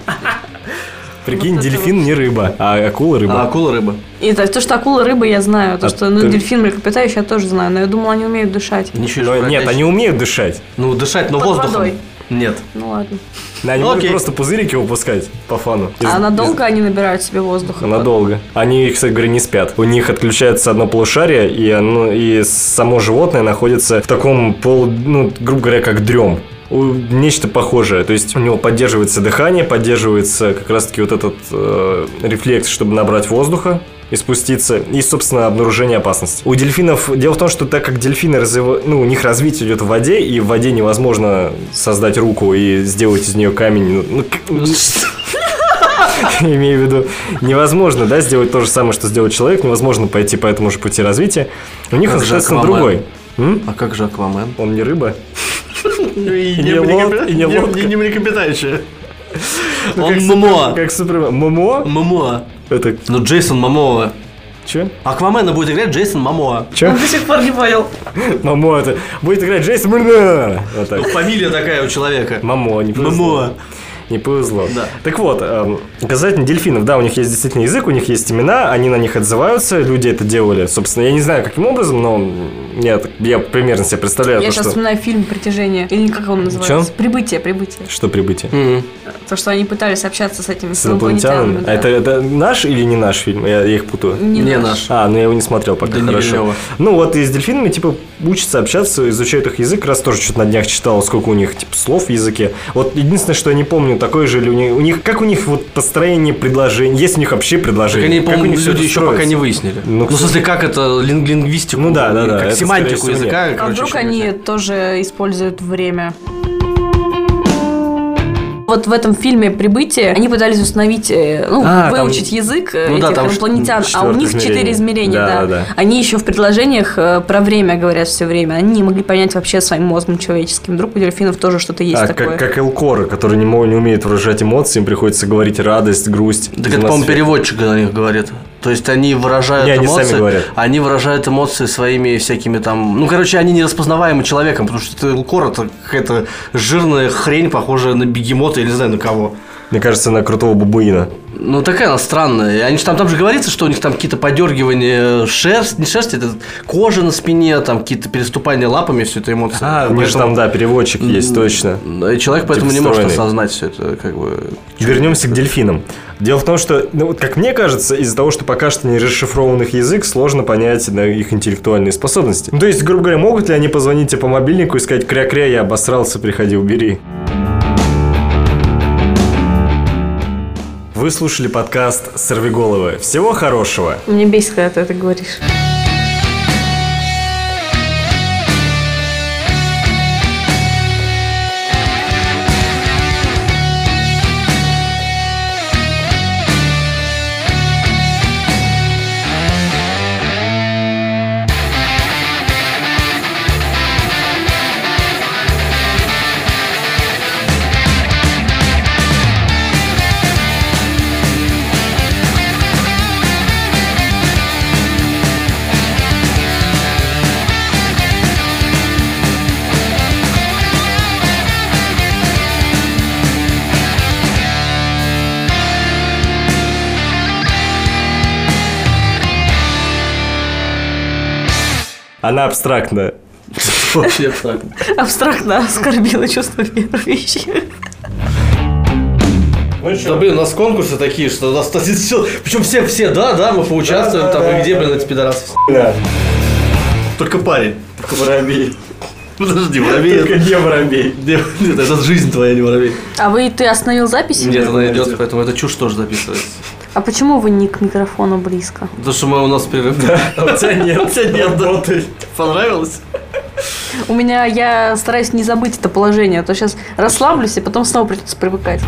Speaker 2: Прикинь,
Speaker 1: Вот это
Speaker 2: дельфин не рыба, а акула
Speaker 3: А
Speaker 2: рыба.
Speaker 3: акула рыба.
Speaker 1: И так, то, что акула рыба, я знаю. То,
Speaker 2: А
Speaker 1: что ну,
Speaker 2: ты-
Speaker 1: дельфин млекопитающий, я тоже знаю. Но я думала, они умеют дышать.
Speaker 3: Ничего
Speaker 2: Но
Speaker 3: себе,
Speaker 2: нет,
Speaker 3: бродячий.
Speaker 2: они умеют дышать.
Speaker 3: Ну, дышать, но
Speaker 1: Под
Speaker 3: воздухом.
Speaker 1: водой.
Speaker 3: Нет.
Speaker 1: Ну ладно.
Speaker 2: Они
Speaker 3: Ну,
Speaker 2: могут
Speaker 3: окей.
Speaker 2: просто пузырики выпускать по фану. Из-
Speaker 1: А
Speaker 2: из-
Speaker 1: надолго они набирают себе воздуха?
Speaker 2: А Надолго. Они, кстати говоря, не спят. У них отключается одно полушарие, и, оно, и само животное находится в таком полу, ну, грубо говоря, как дрем. У- Нечто похожее. То есть у него поддерживается дыхание, поддерживается как раз-таки вот этот э, рефлекс, чтобы набрать воздуха и спуститься, и, собственно, обнаружение опасности. У дельфинов, дело в том, что так как дельфины, развива- ну, у них развитие идет в воде, и в воде невозможно создать руку и сделать из нее камень. Ну, ну, к- я имею в виду, невозможно, да, сделать то же самое, что сделал человек, невозможно пойти по этому же пути развития. У них,
Speaker 3: Как же
Speaker 2: соответственно,
Speaker 3: Аквамен.
Speaker 2: другой. М?
Speaker 3: А как же аквамен?
Speaker 2: Он не рыба.
Speaker 3: И
Speaker 2: не лод- и не лодка.
Speaker 3: млекопитающая.
Speaker 2: Ну,
Speaker 3: Он
Speaker 2: как
Speaker 3: Мамоа.
Speaker 2: Супер- Как Супермен. Момо?
Speaker 3: Мамоа.
Speaker 2: Это
Speaker 3: Ну, Джейсон Мамоа.
Speaker 2: че?
Speaker 3: Аквамена будет играть Джейсон Мамоа.
Speaker 2: Че?
Speaker 1: До сих пор не понял.
Speaker 2: Мамо это. Будет играть Джейсон Мурна. Вот так.
Speaker 3: Ну, Фамилия такая у человека.
Speaker 2: Мамо, не повезло.
Speaker 3: Мамоа.
Speaker 2: Не повезло.
Speaker 3: Да.
Speaker 2: Так вот, эм, касательно дельфинов, да, у них есть действительно язык, у них есть имена, они на них отзываются, люди это делали. Собственно, я не знаю, каким образом, но м, я, так- я примерно себе представляю,
Speaker 1: Я
Speaker 2: то,
Speaker 1: сейчас
Speaker 2: что...
Speaker 1: вспоминаю фильм «Притяжение». Или как он называется? Прибытие, прибытие.
Speaker 2: Что прибытие?
Speaker 1: То, что они пытались общаться с этими
Speaker 2: С инопланетянами? А
Speaker 1: да.
Speaker 2: это, это наш или не наш фильм? Я, я их путаю.
Speaker 1: Не,
Speaker 3: Не
Speaker 1: наш.
Speaker 3: наш.
Speaker 2: А, ну я его не смотрел пока,
Speaker 3: Да не
Speaker 2: хорошо.
Speaker 3: Вильнёва.
Speaker 2: ну вот и с дельфинами, типа, учатся общаться, изучают их язык. Раз тоже что-то на днях читал, сколько у них, типа, слов в языке. Вот единственное, что я не помню, такое же ли у них... У них как у них вот построение предложений? Есть у них вообще
Speaker 3: Так
Speaker 2: предложение?
Speaker 3: они,
Speaker 2: как у
Speaker 3: по-моему,
Speaker 2: них всё
Speaker 3: люди еще
Speaker 2: строится?
Speaker 3: пока не выяснили.
Speaker 2: Ну,
Speaker 3: Ну, в смысле, как это лин- лингвистику?
Speaker 2: Ну да, да, да,
Speaker 3: Как
Speaker 2: это,
Speaker 3: семантику
Speaker 2: скорее всего,
Speaker 3: языка.
Speaker 1: А
Speaker 3: короче,
Speaker 1: вдруг
Speaker 3: ещё
Speaker 1: они
Speaker 3: выяснили.
Speaker 1: тоже используют время? Вот в этом фильме «Прибытие» они пытались установить, э, ну,
Speaker 2: А, там-
Speaker 1: выучить язык э,
Speaker 3: Ну да,
Speaker 1: этих
Speaker 3: там
Speaker 1: инопланетян, а у
Speaker 2: четвёртое
Speaker 1: них четыре
Speaker 2: измерение.
Speaker 1: измерения,
Speaker 2: Да,
Speaker 1: да.
Speaker 2: да, да.
Speaker 1: Они еще в предложениях э, про время говорят все время. Они не могли понять вообще своим мозгом человеческим. Вдруг у дельфинов тоже что-то есть
Speaker 2: А,
Speaker 1: такое.
Speaker 2: как, как Элкоры, которые не, мо- не умеют выражать эмоции, им приходится говорить радость, грусть.
Speaker 3: Так это, по-моему, переводчик на них говорит. То есть они выражают
Speaker 2: Не, они
Speaker 3: эмоции.
Speaker 2: сами говорят.
Speaker 3: они выражают эмоции своими всякими там. Ну, короче, они нераспознаваемы человеком, потому что это Элкор это какая-то жирная хрень, похожая на бегемота или не знаю на кого.
Speaker 2: Мне кажется, на крутого бабуина.
Speaker 3: Ну, такая она странная. И Они же там, там же говорится, что у них там какие-то подергивания шерсть, не шерсть, это кожа на спине, там какие-то переступания лапами, все это эмоции.
Speaker 2: у них А, же там, да, переводчик есть, точно.
Speaker 3: И человек поэтому не
Speaker 2: Типа
Speaker 3: может
Speaker 2: стройный.
Speaker 3: осознать все это, как бы.
Speaker 2: Вернемся к дельфинам. Дело в том, что, ну, вот как мне кажется, из-за того, что пока что не расшифрован их язык, сложно понять да, их интеллектуальные способности. Ну, то есть, грубо говоря, могут ли они позвонить тебе по мобильнику и сказать «кря-кря, я обосрался, приходи, убери». Вы слушали подкаст «Сорвиголовы». Всего хорошего!
Speaker 1: Мне бесит, когда ты это говоришь.
Speaker 2: Она абстрактна.
Speaker 3: Вообще так.
Speaker 1: Абстрактно оскорбила чувство верующих.
Speaker 3: Да, блин, у нас конкурсы такие, что у нас все. Причем все, все, да, да, мы поучаствуем, там, и где, блин, эти пидорасы?
Speaker 2: Да.
Speaker 3: Только парень.
Speaker 2: Воробей.
Speaker 3: Подожди, воробей.
Speaker 2: Только
Speaker 3: это-
Speaker 2: не воробей.
Speaker 3: Нет, нет, это жизнь твоя, не воробей.
Speaker 1: А вы, ты остановил запись?
Speaker 3: Нет, она идет, поэтому это чушь тоже записывается.
Speaker 1: А почему вы не к микрофону близко?
Speaker 3: Потому что мы у нас прерыв.
Speaker 2: А у тебя нет. Работай.
Speaker 3: Понравилось?
Speaker 1: У меня, я стараюсь не забыть это положение, а то сейчас расслаблюсь и потом снова придется привыкать.